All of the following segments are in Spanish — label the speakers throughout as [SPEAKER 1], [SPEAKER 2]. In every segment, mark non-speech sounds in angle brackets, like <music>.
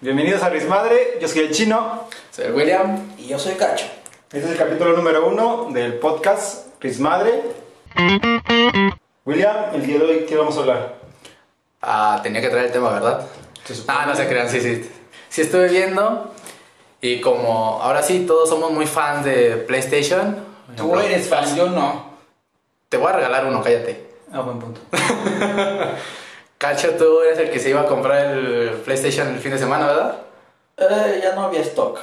[SPEAKER 1] Bienvenidos a Rismadre, yo soy el chino.
[SPEAKER 2] Soy William.
[SPEAKER 3] Y yo soy Cacho.
[SPEAKER 1] Este es el capítulo número uno del podcast Rismadre. William, el día de hoy, ¿qué vamos a hablar?
[SPEAKER 2] Ah, tenía que traer el tema, ¿verdad? Ah, no se crean, sí, sí. Sí estuve viendo y como ahora sí todos somos muy fans de PlayStation.
[SPEAKER 3] Tú eres fan, yo no.
[SPEAKER 2] Te voy a regalar uno, cállate.
[SPEAKER 3] Ah, buen punto.
[SPEAKER 2] <laughs> Cacho, tú eres el que se iba a comprar el PlayStation el fin de semana, ¿verdad?
[SPEAKER 3] Eh, ya no había stock.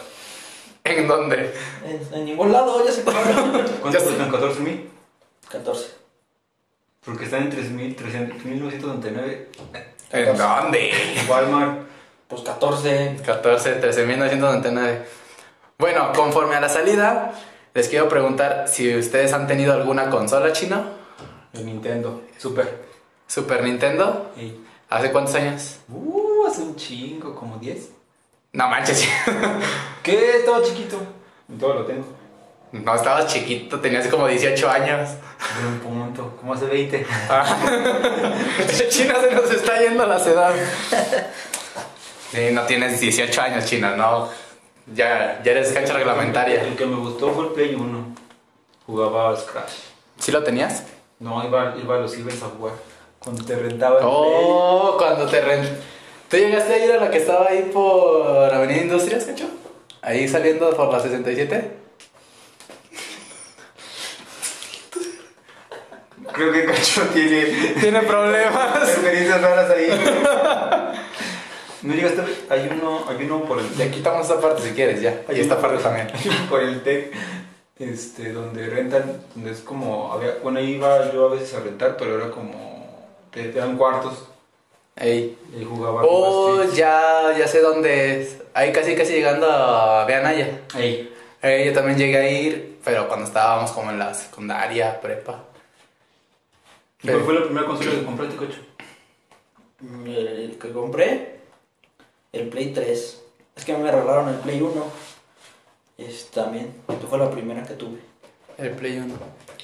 [SPEAKER 2] ¿En dónde?
[SPEAKER 3] En, en ningún lado ya se compraron.
[SPEAKER 1] <laughs> ¿Cuánto
[SPEAKER 2] Ya sé.
[SPEAKER 1] cuestan? ¿14.000?
[SPEAKER 3] 14.
[SPEAKER 1] Porque están en 3.999.
[SPEAKER 2] ¿En dónde?
[SPEAKER 1] Walmart.
[SPEAKER 3] Pues 14.
[SPEAKER 2] 14, 13.999. Bueno, conforme a la salida, les quiero preguntar si ustedes han tenido alguna consola china.
[SPEAKER 1] El Nintendo. Super.
[SPEAKER 2] Super Nintendo.
[SPEAKER 1] Ey.
[SPEAKER 2] ¿Hace cuántos años?
[SPEAKER 1] Uh, hace un chingo, como 10.
[SPEAKER 2] No manches. <laughs>
[SPEAKER 1] ¿Qué? Estaba chiquito. Y todo lo tengo.
[SPEAKER 2] No, estabas chiquito, tenías como 18 años. <laughs>
[SPEAKER 1] Buen punto. Como hace
[SPEAKER 3] <laughs>
[SPEAKER 1] Ah, 20.
[SPEAKER 2] China se nos está yendo la edad. Sí, no tienes 18 años, China, no. Ya, ya eres cancha reglamentaria.
[SPEAKER 1] El que me gustó fue el Play 1. Jugaba al Scratch.
[SPEAKER 2] ¿Sí lo tenías?
[SPEAKER 1] No, iba, iba a los cibers a jugar. Cuando te rentaba el
[SPEAKER 2] Oh, cuando te rent... ¿Tú llegaste a ir a la que estaba ahí por Avenida Industrias, cacho? Ahí saliendo por la 67.
[SPEAKER 1] Play. Creo que Cacho <laughs> tiene
[SPEAKER 2] Tiene problemas.
[SPEAKER 1] experiencias raras ahí. No llegaste.
[SPEAKER 2] este
[SPEAKER 1] Hay uno, hay uno por el
[SPEAKER 2] Le
[SPEAKER 1] TEC.
[SPEAKER 2] quitamos esa parte si quieres, ya. Y esta parte también.
[SPEAKER 1] Hay uno por el TEC. Este, donde rentan, donde es como. Había, bueno, ahí iba yo a veces a rentar, pero era como. Te, te dan cuartos.
[SPEAKER 2] Ey.
[SPEAKER 1] Y ahí jugaba.
[SPEAKER 2] Oh,
[SPEAKER 1] Street.
[SPEAKER 2] ya, ya sé dónde es. Ahí casi, casi llegando a Veanaya.
[SPEAKER 1] Ahí.
[SPEAKER 2] Eh, yo también llegué a ir, pero cuando estábamos como en la secundaria, prepa.
[SPEAKER 1] ¿Y cuál fue la primera consola que compraste, Cacho?
[SPEAKER 3] El, el que compré. El Play 3. Es que me regalaron el Play 1. Es, también. Esta fue la primera que tuve.
[SPEAKER 2] El Play 1.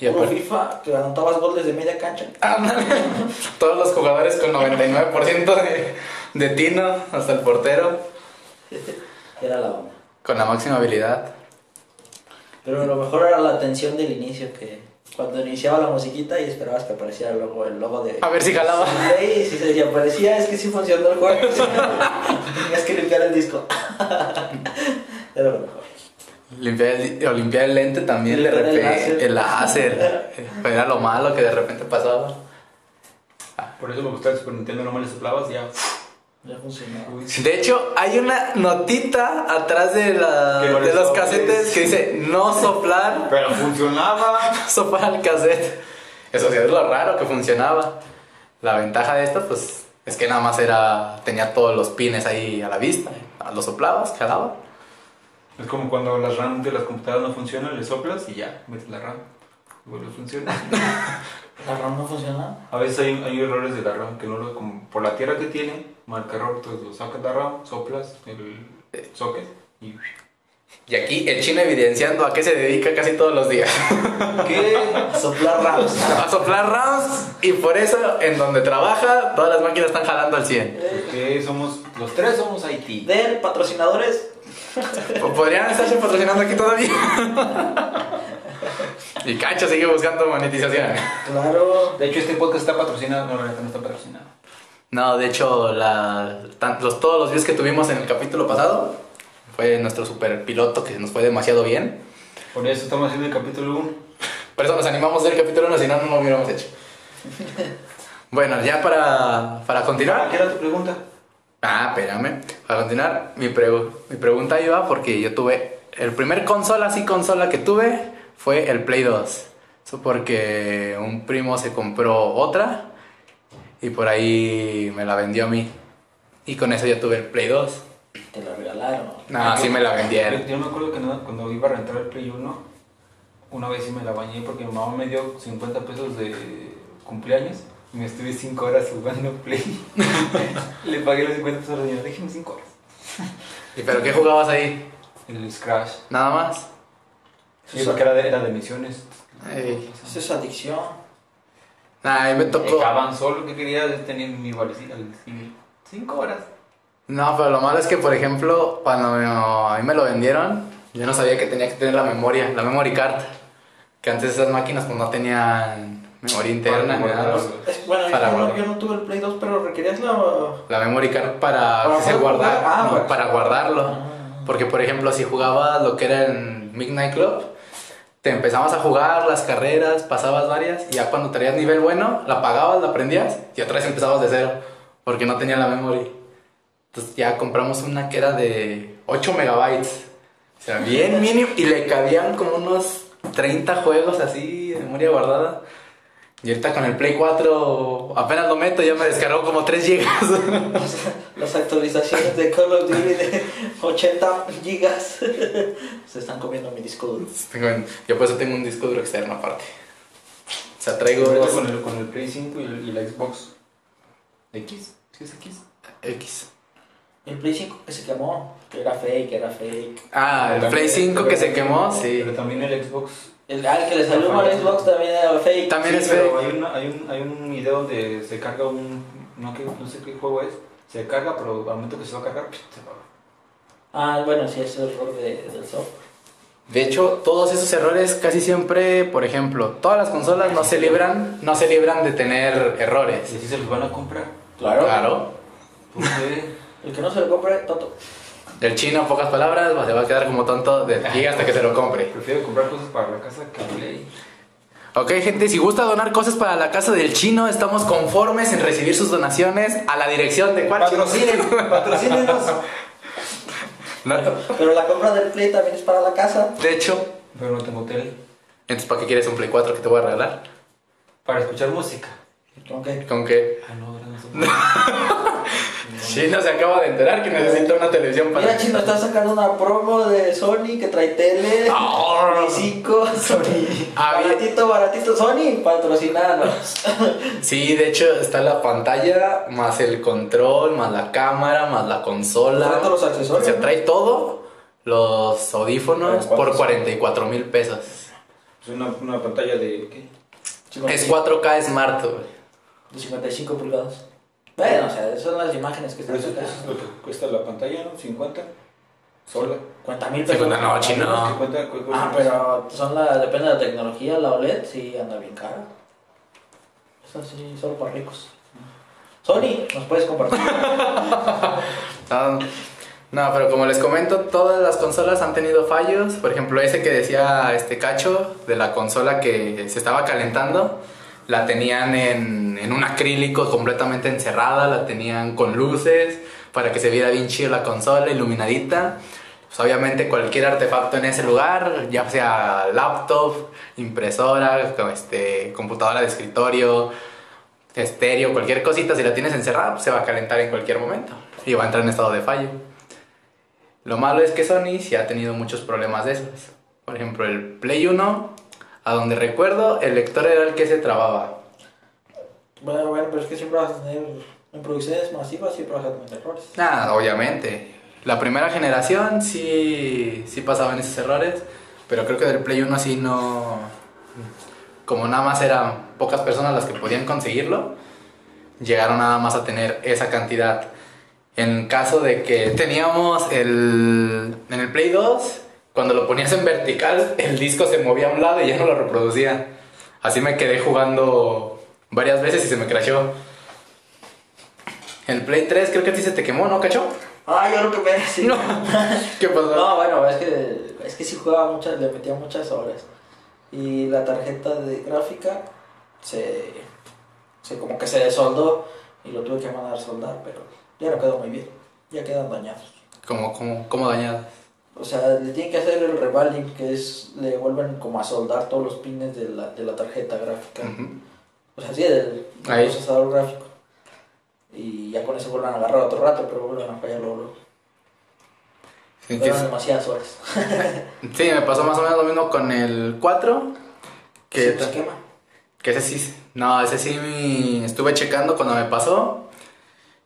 [SPEAKER 2] Y
[SPEAKER 3] Puro
[SPEAKER 2] aparte-
[SPEAKER 3] FIFA, que anotabas goles de media cancha.
[SPEAKER 2] Ándale. <laughs> Todos los jugadores con 99% de, de tino, hasta el portero,
[SPEAKER 3] Era la onda.
[SPEAKER 2] con la máxima habilidad.
[SPEAKER 3] Pero lo mejor era la tensión del inicio, que cuando iniciaba la musiquita y esperabas que apareciera luego el logo de...
[SPEAKER 2] A ver si jalaba.
[SPEAKER 3] Sí, sí, sí, si aparecía es que sí funcionó
[SPEAKER 2] <laughs>
[SPEAKER 3] el juego. Tenías que limpiar el disco. <laughs> era lo mejor.
[SPEAKER 2] Limpiar el, o limpiar el lente también, de
[SPEAKER 3] Limpiar el
[SPEAKER 2] repente.
[SPEAKER 3] láser.
[SPEAKER 2] El láser.
[SPEAKER 3] <laughs>
[SPEAKER 2] Era lo malo que de repente pasaba.
[SPEAKER 1] Por eso me gustaba el Super Nintendo, no me le soplabas, ya.
[SPEAKER 3] Ya funcionó.
[SPEAKER 2] De hecho, hay una notita atrás de, la-
[SPEAKER 1] Que no le
[SPEAKER 2] de los
[SPEAKER 1] soples.
[SPEAKER 2] casetes que dice no soplar.
[SPEAKER 3] <laughs>
[SPEAKER 1] Pero funcionaba.
[SPEAKER 2] Eso para el cassette. Eso sí es lo raro que funcionaba. La ventaja de esto, pues, es que nada más era. tenía todos los pines ahí a la vista. Los soplabas, jalaba.
[SPEAKER 1] Es como cuando las RAM de las computadoras no funcionan, le soplas y ya, metes la RAM. Y vuelve a funcionar.
[SPEAKER 3] ¿La RAM no funciona?
[SPEAKER 1] A veces hay, hay errores de la RAM que no lo. Como por la tierra que tiene, marca error, entonces lo sacas la RAM, soplas el socket y.
[SPEAKER 2] Y aquí el chino evidenciando a qué se dedica casi todos los días.
[SPEAKER 1] ¿Qué?
[SPEAKER 3] Soplar RAMs.
[SPEAKER 2] A soplar rounds. Y por eso, en donde trabaja, todas las máquinas están jalando al 100.
[SPEAKER 1] Porque somos. Los tres somos IT.
[SPEAKER 3] Del patrocinadores.
[SPEAKER 2] O Podrían estarse patrocinando aquí todavía. Y Cacho sigue buscando monetización.
[SPEAKER 3] Claro.
[SPEAKER 1] De hecho, este podcast está patrocinado. No, la neta no está patrocinado.
[SPEAKER 2] No, de hecho, la, tan- los, todos los views que tuvimos en el capítulo pasado fue nuestro super piloto que nos fue demasiado bien.
[SPEAKER 1] Por eso estamos haciendo el capítulo 1.
[SPEAKER 2] Por eso nos animamos del capítulo 1, si no, no lo hubiéramos hecho. Bueno, ya para, para
[SPEAKER 1] Ah,
[SPEAKER 2] continuar.
[SPEAKER 1] ¿Qué era tu pregunta?
[SPEAKER 2] Ah, espérame. Para continuar, mi, pregu- mi pregunta iba porque yo tuve. El primer consola, así consola que tuve fue el Play 2. Eso porque un primo se compró otra y por ahí me la vendió a mí. Y con eso yo tuve el Play 2.
[SPEAKER 3] Te la regalaron.
[SPEAKER 1] Ah,
[SPEAKER 2] No, sí me la
[SPEAKER 1] Yo,
[SPEAKER 2] vendieron.
[SPEAKER 1] yo me acuerdo que no- cuando iba a rentar el Play 1, una vez sí me la bañé porque mi mamá me dio 50 pesos de cumpleaños y me estuve 5 horas jugando Play. <laughs> Le pagué los 50 pesos a la señora, déjeme 5 horas.
[SPEAKER 2] ¿Y pero qué jugabas ahí?
[SPEAKER 1] El Scratch.
[SPEAKER 2] Nada más.
[SPEAKER 1] Sí, porque era de, era de misiones.
[SPEAKER 2] Ey.
[SPEAKER 3] Eso es adicción.
[SPEAKER 2] Nah, ahí me tocó.
[SPEAKER 1] Dejaban solo que quería tener mi valecita. 5 horas.
[SPEAKER 2] No, pero lo malo es que, por ejemplo, cuando me- a mí me lo vendieron, yo no sabía que tenía que tener la memoria, la memory card. Que antes esas máquinas pues no tenían memoria interna ni nada.
[SPEAKER 3] Es- Bueno, yo
[SPEAKER 2] Para
[SPEAKER 3] no-
[SPEAKER 2] guardar.
[SPEAKER 3] yo no tuve el Play 2, pero requerías la...
[SPEAKER 2] La memory card para,
[SPEAKER 3] Para
[SPEAKER 2] que se
[SPEAKER 3] poder
[SPEAKER 2] guardar,
[SPEAKER 3] jugar. Ah,
[SPEAKER 2] no,
[SPEAKER 3] bueno.
[SPEAKER 2] para guardarlo.
[SPEAKER 3] Ah.
[SPEAKER 2] Porque, por ejemplo, si jugabas lo que era en Midnight Club, te empezabas a jugar las carreras, pasabas varias, y ya cuando traías nivel bueno, la apagabas, la prendías, y otra vez empezabas de cero, porque no tenía la memoria. Entonces ya compramos una que era de 8 megabytes. O sea,
[SPEAKER 3] <laughs>
[SPEAKER 2] bien mínimo, y le cabían como unos 30 juegos así de memoria guardada. Y ahorita con el Play 4 apenas lo meto, ya me descargó como 3 gigas. <laughs>
[SPEAKER 3] Las actualizaciones de Call of Duty de 80 gigas <laughs> se están comiendo mi disco duro.
[SPEAKER 2] Tengo- yo por eso tengo un disco duro externo aparte. O sea, traigo
[SPEAKER 1] Ahorita con el, con el Play 5 y, el- y la Xbox X, ¿sí es X?
[SPEAKER 2] X.
[SPEAKER 3] El Play 5 que se quemó, que era fake, que era fake.
[SPEAKER 2] Ah, el
[SPEAKER 1] También-
[SPEAKER 2] Play 5 que se quemó, sí.
[SPEAKER 1] Pero también el Xbox.
[SPEAKER 3] El, ah, el que le salió mal Xbox también era fake.
[SPEAKER 2] También
[SPEAKER 1] Sí,
[SPEAKER 2] es
[SPEAKER 1] pero
[SPEAKER 2] fake.
[SPEAKER 1] Hay, una- hay, un, hay un video donde se carga un. No, que- no sé qué juego es. Se carga, pero al momento que se va a cargar, se apaga.
[SPEAKER 3] Ah, bueno, sí, es el error de, del software.
[SPEAKER 2] De hecho, todos esos errores casi siempre, por ejemplo, todas las consolas no se libran, no se libran de tener
[SPEAKER 1] Y
[SPEAKER 2] errores.
[SPEAKER 1] así se los van a comprar. Pues,
[SPEAKER 3] Claro.
[SPEAKER 2] Claro. <laughs>
[SPEAKER 1] ¿Por qué?
[SPEAKER 3] El que no se lo compre, <laughs> toto.
[SPEAKER 2] El chino, en pocas palabras, va- se va a quedar como tonto de aquí hasta que se lo compre.
[SPEAKER 1] Prefiero comprar cosas para la casa que Play.
[SPEAKER 2] Ok, gente, si gusta donar cosas para la casa del chino, estamos conformes en recibir sus donaciones a la dirección de cuál chino?
[SPEAKER 1] patrocínenos.
[SPEAKER 2] No,
[SPEAKER 3] Pero la compra del Play también es para la casa.
[SPEAKER 2] De hecho,
[SPEAKER 1] Pero no tengo tele.
[SPEAKER 2] Entonces, ¿para qué quieres un Play 4 que te voy a regalar?
[SPEAKER 1] Para escuchar música.
[SPEAKER 3] Ok.
[SPEAKER 2] Con que
[SPEAKER 1] Ah, no, gracias.
[SPEAKER 2] Chino se acaba de enterar que necesita una televisión para.
[SPEAKER 3] Mira, chino, está sacando una promo de Sony que trae tele. <laughs>
[SPEAKER 2] Ah.
[SPEAKER 3] Play 5, Sony.
[SPEAKER 2] Ah, bien.
[SPEAKER 3] baratito, baratito. Sony, <laughs> patrocinanos.
[SPEAKER 2] Sí, de hecho está la pantalla, más el control, más la cámara, más la consola.
[SPEAKER 3] Trae todos los accesorios,
[SPEAKER 2] O sea,
[SPEAKER 3] ¿no?
[SPEAKER 2] trae todo, los audífonos,
[SPEAKER 1] Trae
[SPEAKER 2] por
[SPEAKER 1] cuatro.
[SPEAKER 2] 44 mil pesos.
[SPEAKER 1] Es una, una pantalla de. ¿Qué?
[SPEAKER 2] Es 4K Smart, güey.
[SPEAKER 3] De 55 pulgadas. Bueno, o sea, son las imágenes Pues que
[SPEAKER 1] Pero
[SPEAKER 3] están
[SPEAKER 1] eso, eso
[SPEAKER 3] sacando.
[SPEAKER 1] es lo que cuesta la pantalla, ¿no? 50. Sola.
[SPEAKER 3] 50 mil pesos.
[SPEAKER 2] Segunda pues, no,
[SPEAKER 1] ¿Qué
[SPEAKER 2] chino.
[SPEAKER 1] cuenta? ¿Cu- cu-
[SPEAKER 3] Ah, pero son la, depende de la tecnología. La OLED sí anda bien cara. Esa sí, solo para ricos. Sony, nos puedes compartir.
[SPEAKER 2] No, Ah, no, pero como les comento, todas las consolas han tenido fallos. Por ejemplo, ese que decía este cacho de la consola que se estaba calentando, la tenían en, en un acrílico completamente encerrada, la tenían con luces para que se viera bien chido la consola, iluminadita. Pues obviamente cualquier artefacto en ese lugar, ya sea laptop, impresora, co- este, computadora de escritorio, estéreo, cualquier cosita, si la tienes encerrada, pues, se va a calentar en cualquier momento y va a entrar en estado de fallo. Lo malo es que Sony sí ha tenido muchos problemas de esos. Por ejemplo, el Play 1, a donde recuerdo, el lector era el que se trababa.
[SPEAKER 3] <laughs> bueno, bueno, pero es que siempre vas a tener. En producciones masivas siempre vas a tener errores.
[SPEAKER 2] Nada, obviamente. La primera generación sí, sí pasaban esos errores, pero creo que del Play 1 sí no... Como nada más eran pocas personas las que podían conseguirlo, llegaron nada más a tener esa cantidad. En caso de que teníamos el, en el Play 2, cuando lo ponías en vertical, el disco se movía a un lado y ya no lo reproducía. Así me quedé jugando varias veces y se me crashó. El Play 3 creo que a ti se te quemó, ¿no, cacho?
[SPEAKER 3] Ah, yo lo que me sí.
[SPEAKER 2] No. ¿Qué pasó?
[SPEAKER 3] No, bueno, es que, es que sí jugaba muchas, le metía muchas horas. Y la tarjeta de gráfica se, se como que se desoldó y lo tuve que mandar a soldar, pero ya no quedó muy bien. Ya quedan dañados.
[SPEAKER 2] Como, como, como dañado.
[SPEAKER 3] O sea, le tienen que hacer el revaling, que es, le vuelven como a soldar todos los pines de la, de la tarjeta gráfica.
[SPEAKER 2] Ujú.
[SPEAKER 3] O sea, sí, del, del
[SPEAKER 2] Ahí.
[SPEAKER 3] procesador gráfico. Y ya con eso vuelven a agarrar otro rato, pero vuelven a fallar luego. luego.
[SPEAKER 2] Sí,
[SPEAKER 3] Fueron demasiadas horas.
[SPEAKER 2] sí, me pasó más o menos lo mismo con el 4. Que
[SPEAKER 3] Sí,
[SPEAKER 2] ta-
[SPEAKER 3] pues, quema.
[SPEAKER 2] Que ese sí. No, ese sí mi- estuve checando cuando me pasó.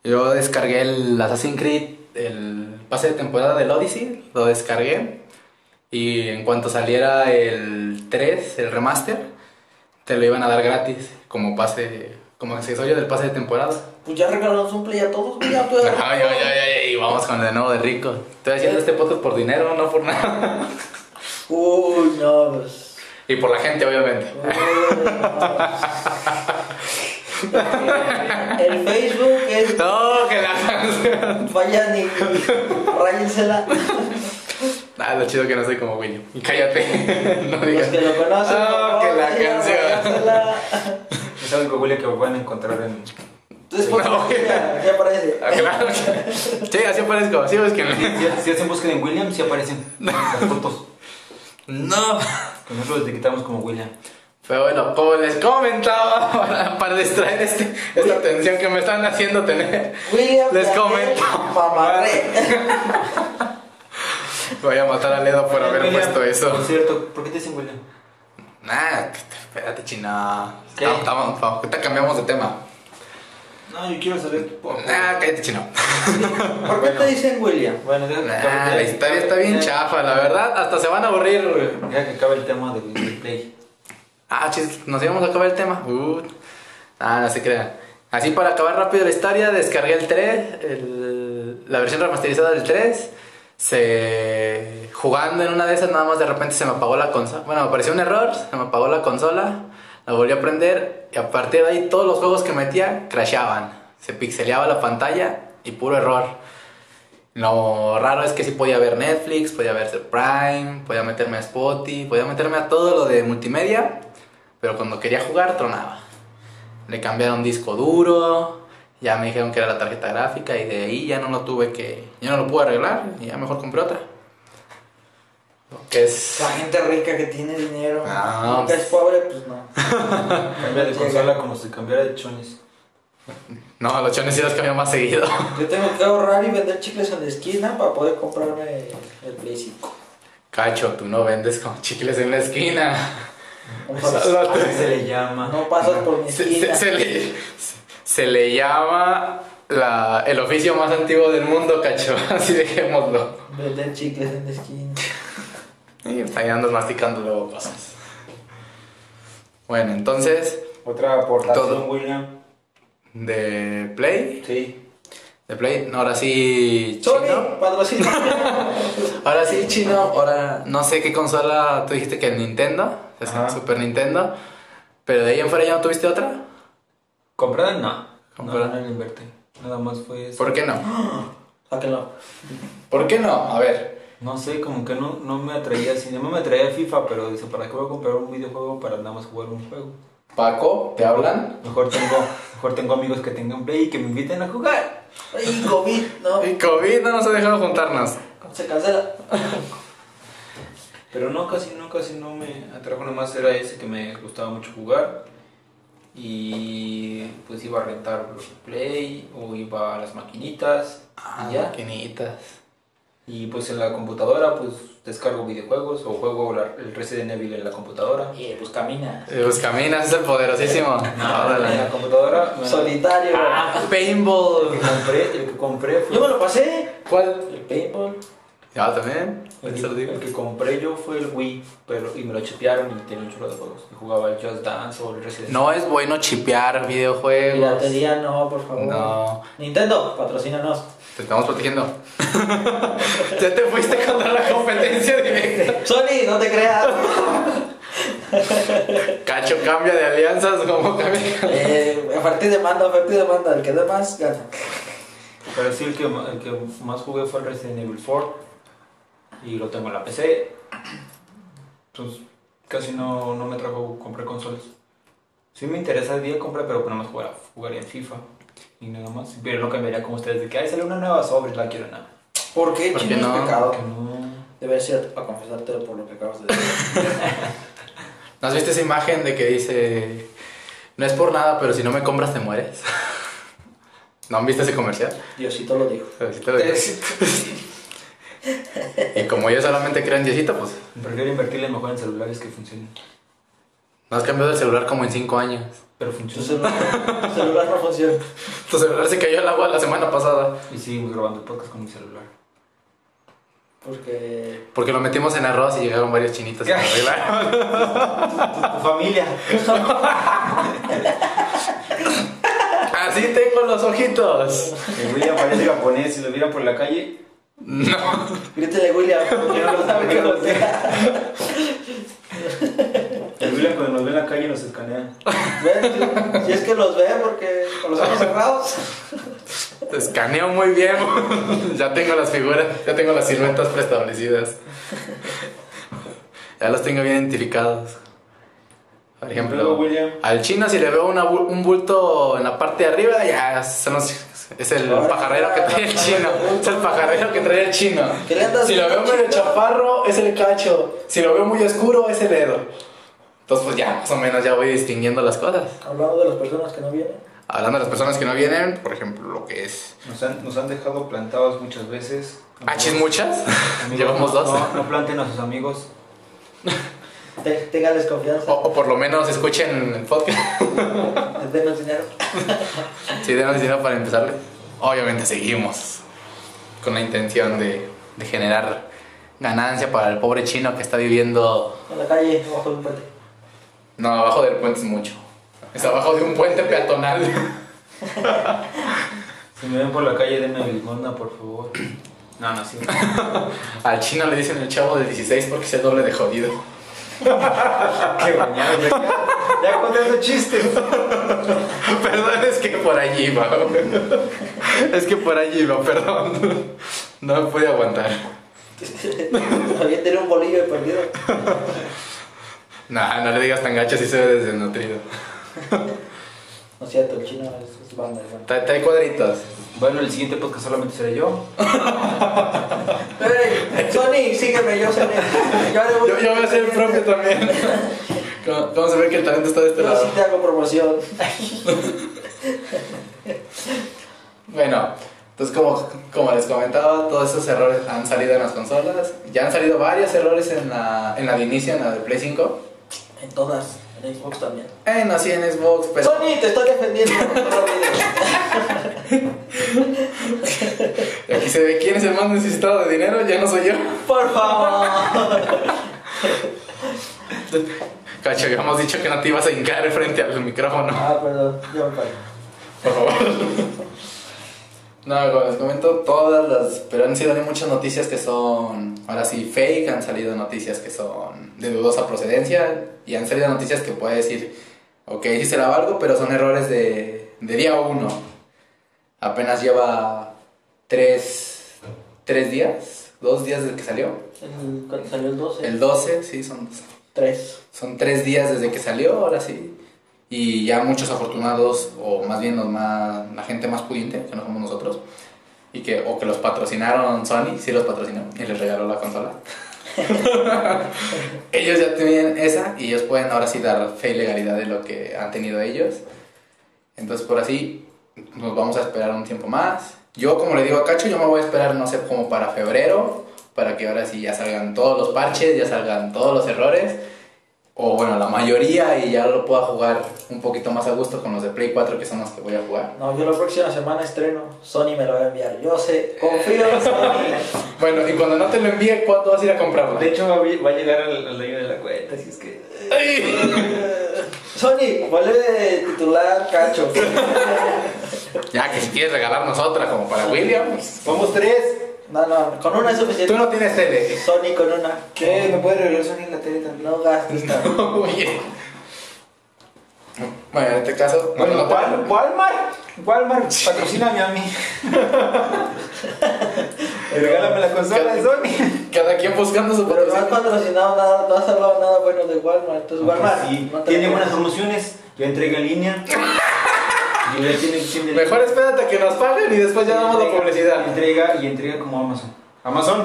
[SPEAKER 2] Yo descargué el Assassin's Creed, el pase de temporada del Odyssey, lo descargué. Y en cuanto saliera el 3, el remaster, te lo iban a dar gratis como pase, como accesorio del pase de temporada. <laughs>
[SPEAKER 3] Pues ya regalaron un play a todos, güey, ya tú
[SPEAKER 2] Ah, No, yo, yo, yo, yo, Vamos con de nuevo de rico. Estoy haciendo este podcast por dinero, no por nada.
[SPEAKER 3] Uy, no,
[SPEAKER 2] <laughs>
[SPEAKER 3] pues.
[SPEAKER 2] Y por la gente, obviamente.
[SPEAKER 3] uy, no. El Facebook es.
[SPEAKER 2] No, que la canción.
[SPEAKER 3] Vayan y. Rayensela.
[SPEAKER 2] Ah, lo chido que no soy como William. Y cállate. <laughs> No
[SPEAKER 3] Los
[SPEAKER 2] digas.
[SPEAKER 3] que lo conocen.
[SPEAKER 2] Ah,
[SPEAKER 3] por
[SPEAKER 2] que
[SPEAKER 3] favor,
[SPEAKER 2] la
[SPEAKER 3] vayan,
[SPEAKER 2] canción.
[SPEAKER 3] ráyensela.
[SPEAKER 1] <laughs> Es algo huele que van a encontrar en.
[SPEAKER 3] Entonces, por
[SPEAKER 2] No,
[SPEAKER 3] favor, ya, ya aparece.
[SPEAKER 2] Ah, <laughs> claro que- Sí, así aparezco, así
[SPEAKER 1] Si,
[SPEAKER 2] búsquenme.
[SPEAKER 1] si- si hacen búsqueda en William, sí aparecen las fotos.
[SPEAKER 2] No.
[SPEAKER 1] Que nosotros los etiquetamos como William.
[SPEAKER 2] Pero bueno, como les comentaba, <laughs> para, para distraer este, esta tensión que me están haciendo tener,
[SPEAKER 3] William.
[SPEAKER 2] Les
[SPEAKER 3] Daniel
[SPEAKER 2] comento. <laughs>
[SPEAKER 3] Mamarré.
[SPEAKER 2] voy a matar a Ledo por haber
[SPEAKER 1] William,
[SPEAKER 2] puesto eso.
[SPEAKER 1] Por cierto, ¿por qué te dicen William?
[SPEAKER 2] Nah, que te- espérate, china.
[SPEAKER 1] ¿Qué?
[SPEAKER 2] Estamos, estamos, ahorita cambiamos de tema.
[SPEAKER 1] No, yo quiero saber. por-
[SPEAKER 2] Nah, cállate, chino.
[SPEAKER 3] ¿Por qué te dicen William?
[SPEAKER 1] Bueno, deja que acabe
[SPEAKER 2] Nah,
[SPEAKER 1] el-
[SPEAKER 2] la historia está bien chafa, la verdad. Hasta se van a aburrir, güey.
[SPEAKER 1] Deja que acabe el tema del del play.
[SPEAKER 2] Ah, chis, nos íbamos a acabar el tema. Uh, ah, no se crean. Así para acabar rápido la historia, descargué el 3, el- la versión remasterizada del 3. Se, jugando en una de esas, nada más de repente se me apagó la consola. Bueno, me apareció un error, se me apagó la consola. La volví a prender y a partir de ahí todos los juegos que metía crashaban. Se pixeleaba la pantalla y puro error. Lo raro es que sí podía ver Netflix, podía ver Prime, podía meterme a Spotify, podía meterme a todo lo de multimedia, pero cuando quería jugar tronaba. Le cambiaron disco duro, ya me dijeron que era la tarjeta gráfica y de ahí ya no lo tuve que, ya no lo pude arreglar y ya mejor compré otra. Lo que es...
[SPEAKER 3] La gente rica que tiene dinero.
[SPEAKER 2] No,
[SPEAKER 3] que es pobre, pues
[SPEAKER 2] <laughs>
[SPEAKER 3] no.
[SPEAKER 1] Cambia de
[SPEAKER 3] Llega.
[SPEAKER 1] consola como si cambiara de chones.
[SPEAKER 2] No, los chones sí los cambió más seguido. <laughs>
[SPEAKER 3] Yo tengo que ahorrar y vender chicles en la esquina para poder comprarme el Play 5.
[SPEAKER 2] Cacho, tú no vendes con chicles en la esquina.
[SPEAKER 3] No pasas,
[SPEAKER 1] ¿Cómo
[SPEAKER 2] Exacto.
[SPEAKER 1] se le llama?
[SPEAKER 3] no pasas por mi
[SPEAKER 2] Se, se-
[SPEAKER 3] esquina.
[SPEAKER 2] se le, se le llama la- el oficio más antiguo del mundo, cacho. <laughs> Así dejémoslo.
[SPEAKER 3] Vender chicles en la esquina.
[SPEAKER 2] Y pues, ahí andas masticando luego cosas. Bueno, entonces,
[SPEAKER 1] Otra aportación,
[SPEAKER 2] Todo.
[SPEAKER 1] William.
[SPEAKER 2] de Play.
[SPEAKER 1] Sí.
[SPEAKER 2] De Play, no, ahora sí.
[SPEAKER 3] Sony, patrocina.
[SPEAKER 2] Ahora sí, chino. Ahora no sé qué consola tú dijiste que el Nintendo. Es el
[SPEAKER 1] Ajá.
[SPEAKER 2] Super Nintendo. Pero de ahí en fuera ya no tuviste otra.
[SPEAKER 1] ¿Comprada? No.
[SPEAKER 2] Comprada.
[SPEAKER 1] No, no, no invertí. Nada más fue eso.
[SPEAKER 2] ¿Por qué no?
[SPEAKER 3] Sáquenlo.
[SPEAKER 2] ¿Por qué no? A ver.
[SPEAKER 1] No sé, como que no, no me atraía así. No me atraía FIFA, pero dice, ¿para qué voy a comprar un videojuego para nada más jugar un juego?
[SPEAKER 2] Paco, ¿te hablan?
[SPEAKER 1] Mejor tengo, mejor tengo amigos que tengan play y que me inviten a jugar.
[SPEAKER 3] Y COVID, no.
[SPEAKER 2] El COVID no nos ha dejado juntarnos.
[SPEAKER 3] Se cancela.
[SPEAKER 1] Pero no, casi no, casi no me atrajo. Nada más era ese que me gustaba mucho jugar. Y pues iba a rentar play o iba a las maquinitas.
[SPEAKER 2] Ah,
[SPEAKER 1] y ya.
[SPEAKER 2] maquinitas.
[SPEAKER 1] Y pues en la computadora pues descargo videojuegos o juego la- el Resident Evil en la computadora.
[SPEAKER 3] Y pues camina.
[SPEAKER 2] Eh, Pues caminas, es el
[SPEAKER 1] <laughs>
[SPEAKER 2] poderosísimo.
[SPEAKER 1] en la
[SPEAKER 2] Ah, Órale.
[SPEAKER 1] computadora me-
[SPEAKER 3] Solitario.
[SPEAKER 2] Ah,
[SPEAKER 1] el que
[SPEAKER 2] paintball.
[SPEAKER 1] compré, el que compré
[SPEAKER 3] Yo
[SPEAKER 1] fue
[SPEAKER 3] me lo pasé.
[SPEAKER 2] ¿Cuál?
[SPEAKER 3] El paintball.
[SPEAKER 2] Ya también.
[SPEAKER 1] el
[SPEAKER 2] Eso lo
[SPEAKER 1] que,
[SPEAKER 2] digo.
[SPEAKER 1] el que compré yo fue el Wii, pero y me lo chipearon y tenía un chulo de juegos. Y jugaba el Just Dance o el Resident
[SPEAKER 2] No es bueno chipear videojuegos.
[SPEAKER 3] Piratería, no, por favor.
[SPEAKER 2] No.
[SPEAKER 3] Nintendo, patrocínanos.
[SPEAKER 2] Te estamos protegiendo. <laughs> ya te fuiste contra la competencia directa.
[SPEAKER 3] Sony, no te
[SPEAKER 2] <laughs>
[SPEAKER 3] creas.
[SPEAKER 2] Cacho cambia de alianzas, ¿cómo cambia?
[SPEAKER 3] Eh, oferta y demanda, oferta y demanda. El que dé más gana.
[SPEAKER 1] Pero sí, el que, ma- el que más jugué fue el Resident Evil 4. Y lo tengo en la PC. Entonces, casi no, no me trajo comprar consolas. Sí me interesa el día comprar, pero nada más jugar, jugaría en FIFA. Y nada más. Pero no cambiaría como ustedes de que, ay, sale una nueva sobre, la quiero nada.
[SPEAKER 3] ¿Por qué
[SPEAKER 2] ¿Por qué
[SPEAKER 3] chino es
[SPEAKER 2] no?
[SPEAKER 3] pecado?
[SPEAKER 1] Que no.
[SPEAKER 3] Deberías ir a confesarte por lo que acabas de decir. <laughs>
[SPEAKER 2] ¿No has visto esa imagen de que dice: No es por nada, pero si no me compras, te mueres? <laughs> ¿No han visto ese comercial?
[SPEAKER 3] Diosito lo dijo.
[SPEAKER 2] Así te lo digo. <laughs> Y como yo solamente creo en Diosito, pues
[SPEAKER 1] Prefiero invertirle mejor en celulares que funcionen.
[SPEAKER 2] no has cambiado el celular como en 5 años.
[SPEAKER 1] Pero
[SPEAKER 3] Tu
[SPEAKER 1] funcionan.
[SPEAKER 3] celular, tu celular no funciona.
[SPEAKER 2] Tu celular se cayó al agua la semana pasada
[SPEAKER 1] Y seguimos grabando podcast con mi celular.
[SPEAKER 3] Porque.
[SPEAKER 2] porque lo metimos en arroz y llegaron varios chinitos y lo arreglaron.
[SPEAKER 1] Tu familia.
[SPEAKER 2] Así tengo volaron los ojitos.
[SPEAKER 1] El William parece japonés, si lo viera por la calle.
[SPEAKER 2] No.
[SPEAKER 3] Grítale, William, porque no lo sabe que lo
[SPEAKER 1] El William cuando nos ve en la calle nos escanea.
[SPEAKER 3] Si es que los ve, porque con los ojos cerrados.
[SPEAKER 2] Te Escaneo muy bien. <laughs> ya tengo las figuras, ya tengo las siluetas preestablecidas. ya los tengo bien identificados. Por
[SPEAKER 1] Luego,
[SPEAKER 2] ejemplo,
[SPEAKER 1] William.
[SPEAKER 2] al chino si le veo una bu- un bulto en la parte de arriba, ya son los- es el
[SPEAKER 3] Ahora,
[SPEAKER 2] pajarero que trae el chino. Es el pajarero que trae el chino.
[SPEAKER 3] ¿Qué le andas
[SPEAKER 2] Si lo veo
[SPEAKER 3] haciendo,
[SPEAKER 2] medio
[SPEAKER 3] chino?
[SPEAKER 2] chaparro, es el cacho. Si lo veo muy oscuro, es el dedo. Entonces pues ya más o menos ya voy distinguiendo las cosas.
[SPEAKER 3] Hablando de las personas que no vienen.
[SPEAKER 2] Hablando de las personas que no vienen, por ejemplo, lo que es
[SPEAKER 1] Nos han, nos han dejado plantados muchas veces.
[SPEAKER 2] ¿Hachis muchas?
[SPEAKER 1] Amigos,
[SPEAKER 2] Ah, <laughs> Llevamos
[SPEAKER 1] no,
[SPEAKER 2] dos.
[SPEAKER 1] No, no planten a sus amigos.
[SPEAKER 3] Te- Téngales confianza.
[SPEAKER 2] O, o por lo menos escuchen el
[SPEAKER 1] <laughs>
[SPEAKER 2] podcast.
[SPEAKER 3] Les denos dinero.
[SPEAKER 2] Si denos dinero para empezarle. Obviamente seguimos con la intención de, de generar ganancia para el pobre chino que está viviendo.
[SPEAKER 3] En la calle, abajo de un puente. <laughs>
[SPEAKER 2] No, abajo del puente es mucho. Es abajo de un puente peatonal.
[SPEAKER 1] Si me ven por la calle, denme limosna, por favor. No, no, sí.
[SPEAKER 2] <laughs> Al chino le dicen el chavo de 16 porque es el doble de jodido.
[SPEAKER 1] <laughs> Qué bañado, ya, ya contando chistes.
[SPEAKER 2] <laughs> Perdón, es que por allí va. Es que por allí va, perdón. No me pude aguantar.
[SPEAKER 3] Había tenido un bolillo de perdido.
[SPEAKER 2] No, no le digas tan gacho si se ve desnutrido.
[SPEAKER 3] No es cierto, el chino es, es banda. hermano.
[SPEAKER 2] Trae, trae cuadritos.
[SPEAKER 1] Bueno, el siguiente podcast solamente seré yo.
[SPEAKER 3] Ey, Sony, sígueme, yo seré. Yo, haré un-
[SPEAKER 2] Yo, yo voy a ser el propio también. <laughs> ¿Cómo, cómo se ve que el talento está de este
[SPEAKER 3] Yo sí
[SPEAKER 2] lado?
[SPEAKER 3] te
[SPEAKER 2] <laughs>
[SPEAKER 3] hago promoción.
[SPEAKER 2] Bueno, entonces como, como les comentaba, todos esos errores han salido en las consolas. Ya han salido varios errores en la, en la de inicio, en la de Play 5.
[SPEAKER 3] En todas, en Xbox también.
[SPEAKER 2] Eh, no, sí, en Xbox, pero...
[SPEAKER 3] Pues, Sony, te estoy defendiendo. no lo olvides.
[SPEAKER 2] Y Aquí se ve quién es el más necesitado de dinero, ya no soy yo.
[SPEAKER 3] <laughs> Por favor.
[SPEAKER 2] Cacho, habíamos dicho que no te ibas a hincar frente al micrófono.
[SPEAKER 3] Ah, perdón, yo me paro.
[SPEAKER 2] Por favor. No, como les comento, todas las. Pero han sido de muchas noticias que son. Ahora sí, fake, han salido noticias que son de dudosa procedencia. Y han salido noticias que puede decir, ok, sí se la valgo, pero son errores de, de día uno. Apenas lleva tres, tres días, dos días desde que salió.
[SPEAKER 3] El- Cuando salió el 12,
[SPEAKER 2] El 12, sí, son 12.
[SPEAKER 3] 3.
[SPEAKER 2] Son tres días desde que salió, ahora sí. Y ya muchos afortunados, o más bien los más, la gente más pudiente, que no somos nosotros, y que, o que los patrocinaron Sony, sí los patrocinó, y les regaló la consola. ellos ya tenían esa y ellos pueden ahora sí dar fe y legalidad de lo que han tenido ellos. Entonces, por así, nos vamos a esperar un tiempo más. Yo, como le digo a Cacho, yo me voy a esperar, no sé, como para febrero, para que ahora sí ya salgan todos los parches, ya salgan todos los errores, o bueno, la mayoría, y ya lo pueda jugar un poquito más a gusto con los de Play 4, que son los que voy a jugar.
[SPEAKER 3] No, yo la próxima semana estreno. Sony me lo va a enviar. Yo sé, confío en Sony.
[SPEAKER 2] Bueno, y cuando no te lo envíe, ¿cuándo vas a ir a comprarlo?
[SPEAKER 1] De hecho, va a, vi- va a llegar al, al dueño de la cuenta, así es que.
[SPEAKER 2] ¡Ay!
[SPEAKER 3] <laughs> Sony, vuelve titular cacho.
[SPEAKER 2] Ya que si quieres regalarnos otra, como para William. pues.
[SPEAKER 1] ¡Vamos tres!
[SPEAKER 3] <laughs> No, no, con una es
[SPEAKER 2] Tú
[SPEAKER 3] suficiente.
[SPEAKER 2] no tienes tele. <laughs>
[SPEAKER 3] Sony con una.
[SPEAKER 1] ¿Qué? ¿Me puede regalar Sony en la tele también?
[SPEAKER 3] No gastes tanto.
[SPEAKER 2] Oye. Bueno, en este caso.
[SPEAKER 1] Bueno,
[SPEAKER 2] no,
[SPEAKER 1] Wal- Walmart. Walmart, patrocíname a mí. Y <laughs> Regálame la consola de Sony.
[SPEAKER 2] Cada quien buscando su
[SPEAKER 3] Pero no has
[SPEAKER 2] patrocinio.
[SPEAKER 3] patrocinado nada, no has hablado nada bueno de Walmart. Entonces, Walmart,
[SPEAKER 1] Sí,
[SPEAKER 3] no te
[SPEAKER 1] tiene
[SPEAKER 3] lo
[SPEAKER 1] buenas
[SPEAKER 3] creas.
[SPEAKER 1] promociones. Ya entrega en <laughs> línea. Y ya tiene, tiene-
[SPEAKER 2] Mejor espérate a que nos paguen y después ya damos la
[SPEAKER 1] entrega-
[SPEAKER 2] publicidad.
[SPEAKER 1] Entrega y entrega como Amazon. ¿Amazon?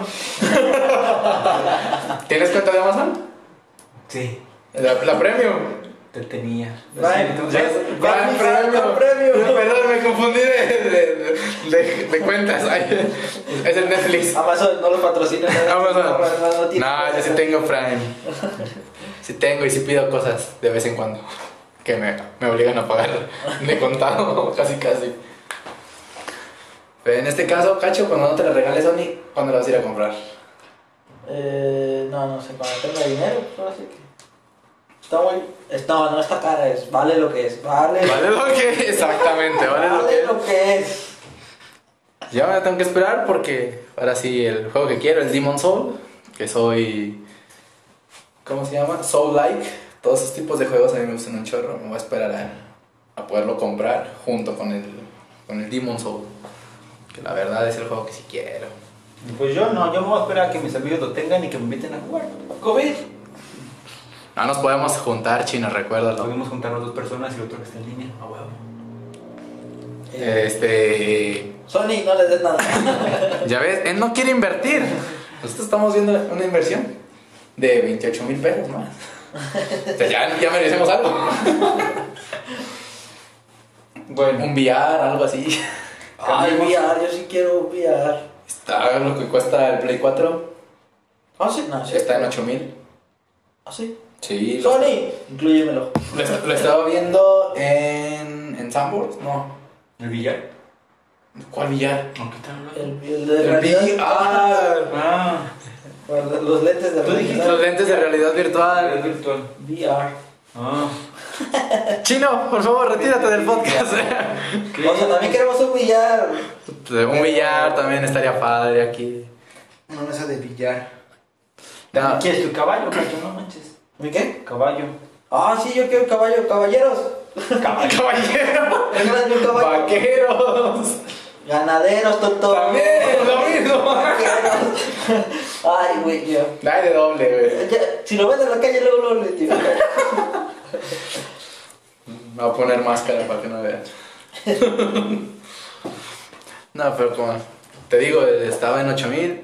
[SPEAKER 2] ¿Tienes cuenta de Amazon?
[SPEAKER 1] Sí,
[SPEAKER 2] La, la premium.
[SPEAKER 1] te tenía. Lo
[SPEAKER 3] Prime,
[SPEAKER 1] siento.
[SPEAKER 3] Ya,
[SPEAKER 2] Es-
[SPEAKER 3] ya
[SPEAKER 2] ah,
[SPEAKER 3] ni falta premium.
[SPEAKER 2] Perdón, me confundí de, de- de- de cuentas. Ay, es el Netflix.
[SPEAKER 3] Amazon Ah, no lo patrocina.
[SPEAKER 2] <laughs> Ah,
[SPEAKER 3] nada.
[SPEAKER 2] Amazon.
[SPEAKER 3] No, no tiene-
[SPEAKER 2] No, yo sí tengo Prime. Sí tengo y sí pido cosas de vez en cuando. Que me, me obligan a
[SPEAKER 3] <laughs>
[SPEAKER 2] pagar de contado, casi casi. Pero en este caso, Cacho, cuando no te la regales a mí, ¿cuándo la vas a ir a
[SPEAKER 3] <laughs>
[SPEAKER 2] comprar?
[SPEAKER 3] Eh, no, no sé, cuando tenga dinero, ahora sí que. Está muy. es- no, no está cara, es vale lo que es. Vale,
[SPEAKER 2] Vale lo que exactamente, vale lo que
[SPEAKER 3] lo que es.
[SPEAKER 2] Ya me tengo que esperar porque ahora sí el juego que quiero es Demon Soul, que soy ¿cómo se llama? Soul Like. Todos esos tipos de juegos a mí me gustan un chorro, me voy a esperar a, a poderlo comprar junto con el con el Demon Soul, que la verdad es el juego que sí quiero.
[SPEAKER 1] Pues yo no, yo me voy a esperar a que mis amigos lo tengan y que me inviten a jugar.
[SPEAKER 3] COVID.
[SPEAKER 2] No nos podemos juntar, chino, recuérdalo.
[SPEAKER 1] Podemos juntarnos dos personas y otro que está en línea. A huevo.
[SPEAKER 3] Eh,
[SPEAKER 2] Este,
[SPEAKER 3] Sony, no les
[SPEAKER 2] <laughs>
[SPEAKER 3] des nada.
[SPEAKER 2] ya ves, él no quiere invertir. Nosotros estamos viendo una inversión de 28 mil pesos más. O sea, ya, ya merecemos algo.
[SPEAKER 1] Bueno,
[SPEAKER 2] Un VR, algo así.
[SPEAKER 3] Ay,
[SPEAKER 1] Cambiemos.
[SPEAKER 3] VR, yo sí quiero VR.
[SPEAKER 2] Está lo que cuesta el Play 4.
[SPEAKER 3] Ah, sí, no, sí.
[SPEAKER 2] Está en 8000.
[SPEAKER 3] Ah, sí.
[SPEAKER 2] Sí. Lo,
[SPEAKER 3] Sony, incluyemelo.
[SPEAKER 2] lo est- lo estaba viendo en. en Sandboard. No.
[SPEAKER 1] ¿el billar?
[SPEAKER 2] ¿Cuál VR?
[SPEAKER 1] ¿No qué están hablando?
[SPEAKER 3] El, el de
[SPEAKER 2] El
[SPEAKER 3] realidad.
[SPEAKER 2] VR.
[SPEAKER 1] Ah,
[SPEAKER 3] Bueno, Los lentes de
[SPEAKER 1] Tú dijiste
[SPEAKER 2] Los
[SPEAKER 3] realidad.
[SPEAKER 2] Ah, lentes de realidad
[SPEAKER 1] Ah, es
[SPEAKER 2] virtual.
[SPEAKER 1] virtual.
[SPEAKER 3] VR.
[SPEAKER 1] Ah,
[SPEAKER 2] Chino, por favor, retírate del podcast.
[SPEAKER 3] O sea, también queremos un VR.
[SPEAKER 2] <laughs> Un VR también estaría padre aquí.
[SPEAKER 1] una mesa de billar.
[SPEAKER 2] No,
[SPEAKER 1] ¿Quieres tu caballo, cacho? No manches.
[SPEAKER 3] ¿Mi qué?
[SPEAKER 1] Caballo.
[SPEAKER 3] Ah, sí, yo quiero un caballo. Caballeros.
[SPEAKER 1] Caballo.
[SPEAKER 2] <laughs> Caballero.
[SPEAKER 3] Regalas mi caballo.
[SPEAKER 2] Vaqueros.
[SPEAKER 3] Ganaderos, tonto.
[SPEAKER 2] También,
[SPEAKER 3] <laughs>
[SPEAKER 2] lo mismo.
[SPEAKER 3] Vaqueros. Ay, güey, yo.
[SPEAKER 2] Dale de doble, güey.
[SPEAKER 3] Ya, si lo ves en la calle, luego lo identificas.
[SPEAKER 2] Me voy a poner máscara para que no vean. <laughs> no, pero como te digo, estaba en 8000,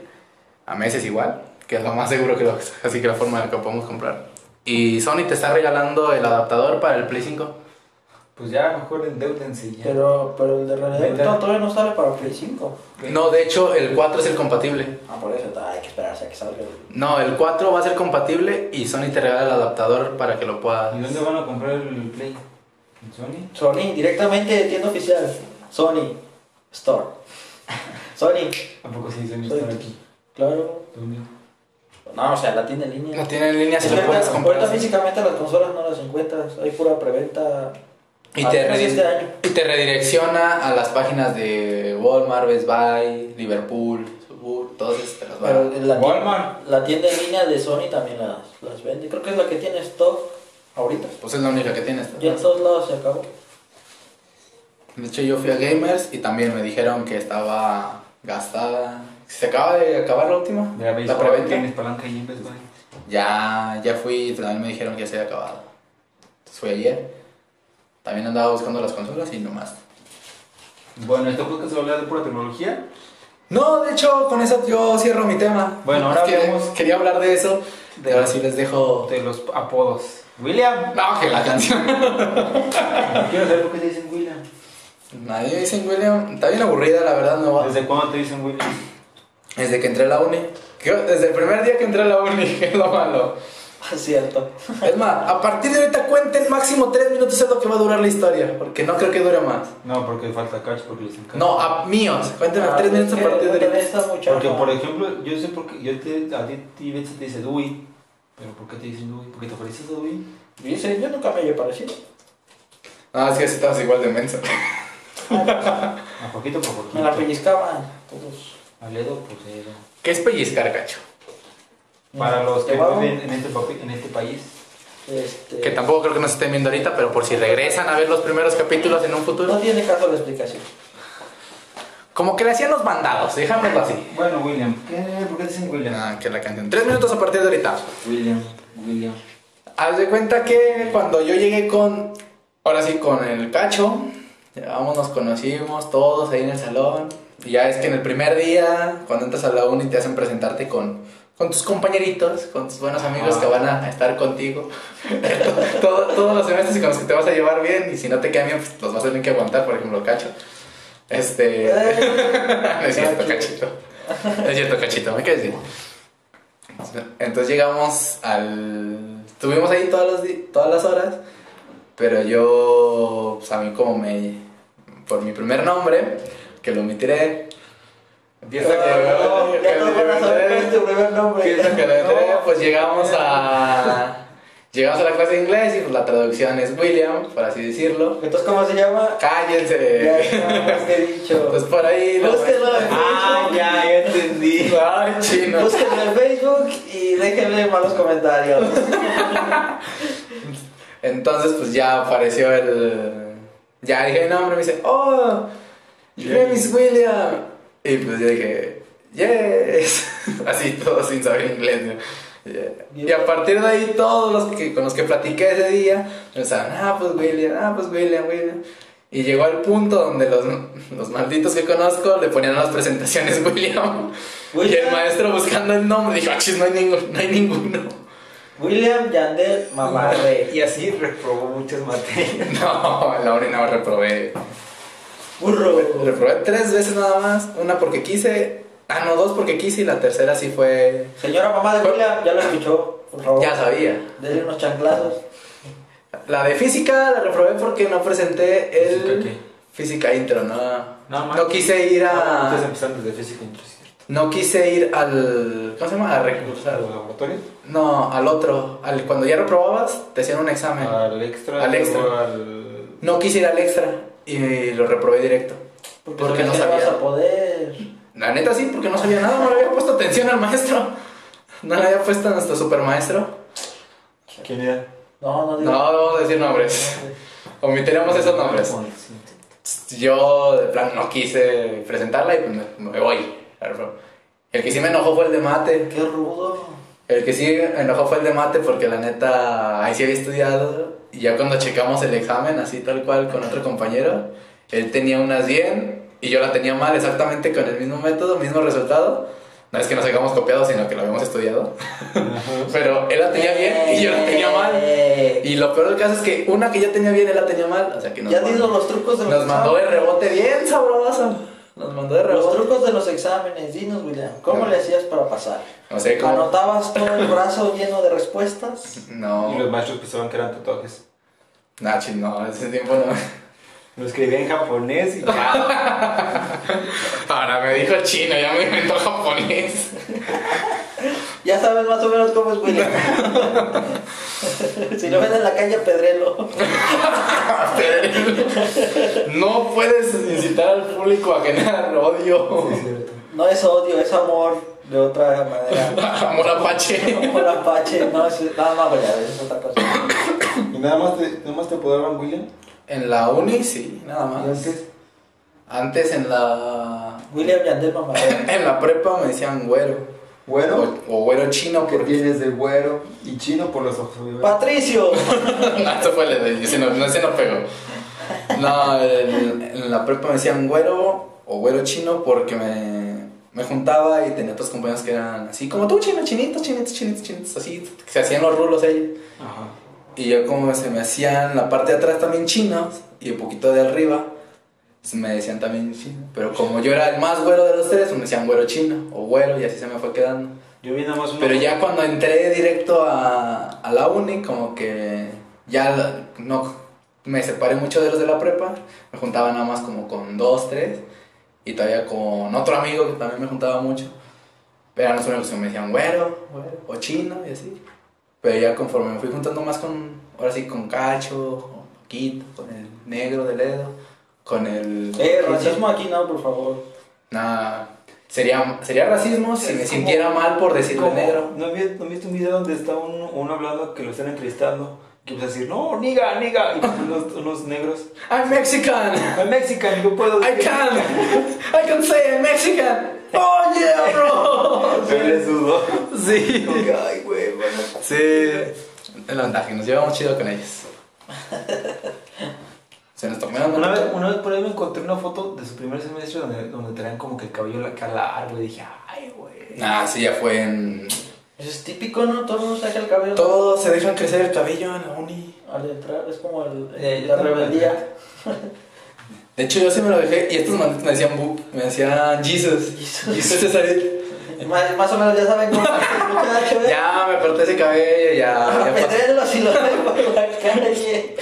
[SPEAKER 2] a meses igual, que es lo más seguro que lo, así que la forma en la que podemos comprar. Y Sony te está regalando el adaptador para el Play 5.
[SPEAKER 1] Pues ya, mejor endeudense ya.
[SPEAKER 3] Pero, pero el de realidad.
[SPEAKER 1] Vete.
[SPEAKER 3] No, todavía no sale para Play 5.
[SPEAKER 2] No, de hecho, el 4 es el compatible.
[SPEAKER 3] Ah, por eso ta, hay que esperarse a que salga. el-
[SPEAKER 2] No, el 4 va a ser compatible y Sony te regala el adaptador para que lo puedas.
[SPEAKER 1] ¿Y dónde van a comprar el Play? ¿En Sony?
[SPEAKER 3] Sony, directamente de tienda oficial. Sony <laughs> Store. Sony,
[SPEAKER 1] ¿A poco sí Sony está aquí?
[SPEAKER 3] claro.
[SPEAKER 1] ¿Dónde?
[SPEAKER 3] No, o sea, la tienda en
[SPEAKER 2] No
[SPEAKER 3] línea.
[SPEAKER 2] tiene en línea si
[SPEAKER 3] Es
[SPEAKER 2] lo
[SPEAKER 3] que
[SPEAKER 2] puedes
[SPEAKER 3] ahorita, ahorita
[SPEAKER 2] comprar.
[SPEAKER 3] físicamente las consolas no las encuentras. Hay pura preventa.
[SPEAKER 2] Y
[SPEAKER 3] Al
[SPEAKER 2] te,
[SPEAKER 3] menos
[SPEAKER 2] redir-
[SPEAKER 3] este año.
[SPEAKER 2] y te redirecciona a las páginas de Walmart, Best Buy, Liverpool, Subur, todas esas te las va a-
[SPEAKER 3] Pero en la, tienda,
[SPEAKER 1] Walmart.
[SPEAKER 3] la tienda en línea de Sony también las, las vende. Creo que es la que tiene stock ahorita.
[SPEAKER 2] Pues es la única que tienes. ¿no?
[SPEAKER 3] Ya en todos lados se
[SPEAKER 2] <laughs>
[SPEAKER 3] acabó.
[SPEAKER 2] De hecho, yo fui a Gamers y también me dijeron que estaba gastada. ¿Se acaba de acabar la última?
[SPEAKER 1] Mira, veis,
[SPEAKER 2] la preventa.
[SPEAKER 1] tienes palanca y en Best Buy.
[SPEAKER 2] Ya, ya fui y también me dijeron que ya se había acabado. Entonces fui ayer. También andaba buscando las consolas y nomás.
[SPEAKER 1] Bueno, este podcast se va a hablar de pura tecnología.
[SPEAKER 2] No, de hecho, con eso yo cierro mi tema.
[SPEAKER 1] Bueno, ahora
[SPEAKER 2] Es que
[SPEAKER 1] hablemos-
[SPEAKER 2] Quería hablar de eso.
[SPEAKER 1] De-
[SPEAKER 2] ahora sí les dejo.
[SPEAKER 1] De los apodos.
[SPEAKER 2] <laughs>
[SPEAKER 1] William.
[SPEAKER 2] No, que la canción.
[SPEAKER 1] Quiero saber por qué te dicen William.
[SPEAKER 2] Nadie me dicen William. Está bien aburrida, la verdad. No va. Desde,
[SPEAKER 1] ¿Desde cuándo te dicen William?
[SPEAKER 2] que entré a la uni. Que- Desde el primer día que entré a la uni, <laughs> que es lo malo. Ah,
[SPEAKER 3] Es cierto.
[SPEAKER 2] Es más, a partir de ahorita cuenten máximo tres minutos es lo que va a durar la historia. Porque no creo que dure más.
[SPEAKER 1] No, porque falta cash porque les encanta.
[SPEAKER 2] No, a míos. Cuéntenme
[SPEAKER 3] Ah,
[SPEAKER 2] tres minutos a
[SPEAKER 3] es que
[SPEAKER 2] partir de
[SPEAKER 3] cuéntame
[SPEAKER 2] ahorita.
[SPEAKER 3] esta muchacha.
[SPEAKER 1] Porque, por ejemplo, yo sé por qué. Yo te, a ti te, te dice Dewey. Pero ¿por qué te dicen Dewey? Porque te pareces a Dewey.
[SPEAKER 3] Dice, yo nunca me había parecido.
[SPEAKER 2] No, Ah, es que así estabas igual de mensa.
[SPEAKER 1] A poquito por poquito.
[SPEAKER 3] Me la pellizcaban todos.
[SPEAKER 1] Al dedo por dedo.
[SPEAKER 2] ¿Qué es pellizcar, cacho?
[SPEAKER 1] Para los que
[SPEAKER 3] Llevaba Mm. un-
[SPEAKER 1] viven en este, papi- en este país.
[SPEAKER 3] Este,
[SPEAKER 2] Que tampoco creo que nos estén viendo ahorita, pero por si regresan a ver los primeros capítulos en un
[SPEAKER 3] pues No
[SPEAKER 2] futuro.
[SPEAKER 3] tiene caso la
[SPEAKER 1] <laughs>
[SPEAKER 3] explicación.
[SPEAKER 2] Como que le hacían los mandados, dejámoslo así.
[SPEAKER 1] Bueno, William. ¿qué- ¿Por qué te dicen William?
[SPEAKER 2] Ah, que la canción. Tres minutos a partir de ahorita.
[SPEAKER 1] William, William.
[SPEAKER 2] Haz de cuenta que cuando yo llegué con, ahora sí, con el cacho, llegamos, nos conocimos todos ahí en el salón. Y ya es que en el primer día, cuando entras a la uni, te hacen presentarte con, con tus compañeritos, con tus buenos amigos
[SPEAKER 1] Ah.
[SPEAKER 2] que van a estar contigo. <laughs> Todo- todos los semestres con los que te vas a llevar bien y si no te quedan bien, pues los vas a tener que aguantar, por ejemplo, el cacho. Este... No <laughs> es cierto, cachito. No es cierto, cachito, me quedé bien. Entonces llegamos al. Estuvimos ahí todos los di- todas las horas, pero yo. Pues a mí, como me. Por mi primer nombre, que lo omitiré.
[SPEAKER 3] <laughs>
[SPEAKER 2] Empieza que.
[SPEAKER 3] No, <laughs>
[SPEAKER 1] <laughs>
[SPEAKER 3] ya todos van a saber cuál es tu primer nombre.
[SPEAKER 2] Pienso que lo entré, pues llegamos pues a. Llegamos a la clase de inglés y pues la traducción es William, por así decirlo.
[SPEAKER 3] Entonces, ¿cómo se llama? Ya,
[SPEAKER 2] ¡Cállense!
[SPEAKER 3] ya, más que he dicho.
[SPEAKER 2] Pues por ahí lo-
[SPEAKER 3] Búsquenlo en
[SPEAKER 1] Ah,
[SPEAKER 3] Facebook.
[SPEAKER 1] ya, ya entendí.
[SPEAKER 2] Ay, chino.
[SPEAKER 3] Búsquenlo en Facebook y déjenme malos comentarios.
[SPEAKER 2] Entonces, pues ya apareció el. Ya dije el nombre, me dice, ¡Oh! ¡Your name is William! Y pues yo dije, ¡Yes! <laughs> Así todo sin saber inglés. ¿no? Y a partir de ahí, todos los que, con los que platiqué ese día, pensaban, ¡Ah, pues William! ¡Ah, pues William, William! Y llegó al punto donde los, los malditos que conozco le ponían las presentaciones <laughs> William. Y el
[SPEAKER 3] William.
[SPEAKER 2] maestro buscando el nombre dijo, "Ah, chis, No hay, ninguno, no hay ninguno. <laughs>
[SPEAKER 3] William Yandel Mamarre.
[SPEAKER 1] Y así reprobó muchas materias.
[SPEAKER 2] No, la única no reprobé.
[SPEAKER 3] Burro.
[SPEAKER 2] Reprobé tres veces nada más. Una porque quise. Ah, no, dos porque quise y la tercera sí fue.
[SPEAKER 3] Señora mamá de William, ya lo escuchó, por favor.
[SPEAKER 2] Ya sabía.
[SPEAKER 3] Dele unos chanclazos.
[SPEAKER 2] La de física la reprobé porque no presenté el.
[SPEAKER 1] ¿Física qué?
[SPEAKER 2] Física intro, no.
[SPEAKER 1] Nada más.
[SPEAKER 2] No quise ir
[SPEAKER 1] Ustedes
[SPEAKER 2] a.
[SPEAKER 1] empezaron desde física inclusive.
[SPEAKER 2] No quise ir al. ¿Cómo se llama? A
[SPEAKER 1] ¿A
[SPEAKER 2] recursar.
[SPEAKER 1] los laboratorios?
[SPEAKER 2] No, al otro. Al, cuando ya reprobabas, te hacían un examen.
[SPEAKER 1] Al extra.
[SPEAKER 2] Al extra.
[SPEAKER 1] luego al-
[SPEAKER 2] No quise ir al extra y lo reprobé directo.
[SPEAKER 3] Porque,
[SPEAKER 2] Porque no
[SPEAKER 3] sabes que vas
[SPEAKER 2] sabía.
[SPEAKER 3] a poder.
[SPEAKER 2] La neta sí, porque no sabía nada, no le había puesto atención al maestro. <laughs> No le había puesto a nuestro supermaestro.
[SPEAKER 1] ¿Quién era?
[SPEAKER 3] No, no digo.
[SPEAKER 2] No, no vamos a decir nombres. Omitiríamos esos nombres. Yo, de plan, no quise presentarla y pues me, me voy. El que sí me enojó fue el de mate.
[SPEAKER 3] Qué rudo.
[SPEAKER 2] El que sí me enojó fue el de mate porque la neta ahí sí había estudiado. Y ya cuando checamos el examen, así tal cual, con otro compañero, él tenía unas bien y yo la tenía mal, exactamente con el mismo método, mismo resultado. No es que nos hayamos copiado, sino que lo habíamos estudiado. <laughs> Pero él la tenía bien y yo la tenía mal.
[SPEAKER 3] Eh,
[SPEAKER 2] Y lo peor del caso es que una que yo tenía bien, él la tenía mal. O sea que nos
[SPEAKER 3] Ya
[SPEAKER 2] mandó-
[SPEAKER 3] digo los trucos de los
[SPEAKER 2] nos mandó de
[SPEAKER 3] exámenes.
[SPEAKER 2] rebote bien sabroso. Nos mandó de
[SPEAKER 3] Los
[SPEAKER 2] rebote.
[SPEAKER 3] trucos de los exámenes, dinos, William. ¿Cómo
[SPEAKER 2] No.
[SPEAKER 3] le hacías para pasar?
[SPEAKER 2] No sé cómo.
[SPEAKER 3] ¿Anotabas todo el brazo lleno de respuestas?
[SPEAKER 1] Y los
[SPEAKER 2] No,
[SPEAKER 1] maestros pensaban que eran tatuajes.
[SPEAKER 2] Nachi, no, ese tiempo no. <laughs>
[SPEAKER 1] Lo escribía en japonés y ya.
[SPEAKER 2] Ahora me dijo chino, ya me inventó japonés. <laughs>
[SPEAKER 3] Ya sabes más o menos cómo es William. <laughs> si lo ven en la calle, pedrelo.
[SPEAKER 2] No puedes incitar al público a generar odio.
[SPEAKER 3] No es odio, es amor de otra manera.
[SPEAKER 2] Amor apache.
[SPEAKER 3] Como el Apache, no es. No, no, güey, a ver, es otra cosa.
[SPEAKER 1] ¿Y nada más te, nada más te apodaban William?
[SPEAKER 2] En la uni, sí, nada
[SPEAKER 1] ¿Y
[SPEAKER 2] más.
[SPEAKER 1] antes?
[SPEAKER 2] Antes en la.
[SPEAKER 3] William Yandel Mamadero.
[SPEAKER 2] En la prepa me decían güero.
[SPEAKER 1] Güero.
[SPEAKER 2] O, o güero chino,
[SPEAKER 1] Porque
[SPEAKER 2] porque.
[SPEAKER 1] tienes de güero y chino por los ojos. güey.
[SPEAKER 3] ¡Patricio! Eh,
[SPEAKER 2] no, <laughs> eso fue el de. ese no, no, ese no pegó. No, en, en la prepa me decían güero o güero chino porque me, me juntaba y tenía otros compañeros que eran así como tú, chino, chinitos, chinitos, chinitos, chinitos, así. que Se hacían los rulos ellos.
[SPEAKER 1] Ajá.
[SPEAKER 2] Y yo como se me hacían la parte de atrás también chinos y un poquito de arriba, pues me decían también chino. Pero como yo era el más güero de los tres, me decían güero chino o güero y así se me fue quedando.
[SPEAKER 1] Yo vi nada más uno.
[SPEAKER 2] Pero ya cuando entré directo a, a la uni, como que ya la- no me separé mucho de los de la prepa, me juntaba nada más como con dos, tres, y todavía con otro amigo que también me juntaba mucho. Pero eran los únicos que me decían güero, güero, o chino y así. Pero ya conforme me fui juntando más con, ahora sí, con Cacho, con Paquito, con el negro de Ledo, con el...
[SPEAKER 3] Eh, racismo aquí no, por favor.
[SPEAKER 2] Nah, sería, sería racismo si
[SPEAKER 1] Es
[SPEAKER 2] me
[SPEAKER 1] como-
[SPEAKER 2] sintiera mal por decirle
[SPEAKER 1] Como-
[SPEAKER 2] negro.
[SPEAKER 1] ¿No vi- no viste un video donde está uno, uno hablando que lo están entrevistando? Que empieza a decir, no, niga, niga. Y unos, unos negros.
[SPEAKER 2] I'm Mexican.
[SPEAKER 1] I'm Mexican, yo puedo
[SPEAKER 2] I
[SPEAKER 1] decir.
[SPEAKER 2] can. I can say I'm Mexican. Oh yeah, bro.
[SPEAKER 1] Pero le sudó.
[SPEAKER 2] Sí.
[SPEAKER 1] Como que, Ay, güey, bueno.
[SPEAKER 2] Sí. El andaje, nos llevamos chido con ellos. Se nos terminaron
[SPEAKER 1] Una vez, una vez por ahí me encontré una foto de su primer semestre donde, donde traían como que el cabello la cara largo y dije, ay, güey.
[SPEAKER 2] Ah, sí, ya fue en.
[SPEAKER 3] Eso es típico, ¿no? Todo el mundo saca el cabello.
[SPEAKER 2] Todos se dejan crecer el cabello en la uni.
[SPEAKER 3] Al entrar es como el-
[SPEAKER 1] Eh,
[SPEAKER 3] la
[SPEAKER 1] no,
[SPEAKER 3] rebeldía.
[SPEAKER 2] De hecho, yo sí me lo dejé y estos malditos me decían Book, me decían Jesus.
[SPEAKER 3] Jesus.
[SPEAKER 2] Jesus es ahí.
[SPEAKER 3] Más, más o menos ya saben cómo es el muchacho, ¿eh?
[SPEAKER 2] Ya me corté ese cabello, <laughs> ya. ya pasó.
[SPEAKER 3] Pedrelo si lo <laughs> veo en la calle.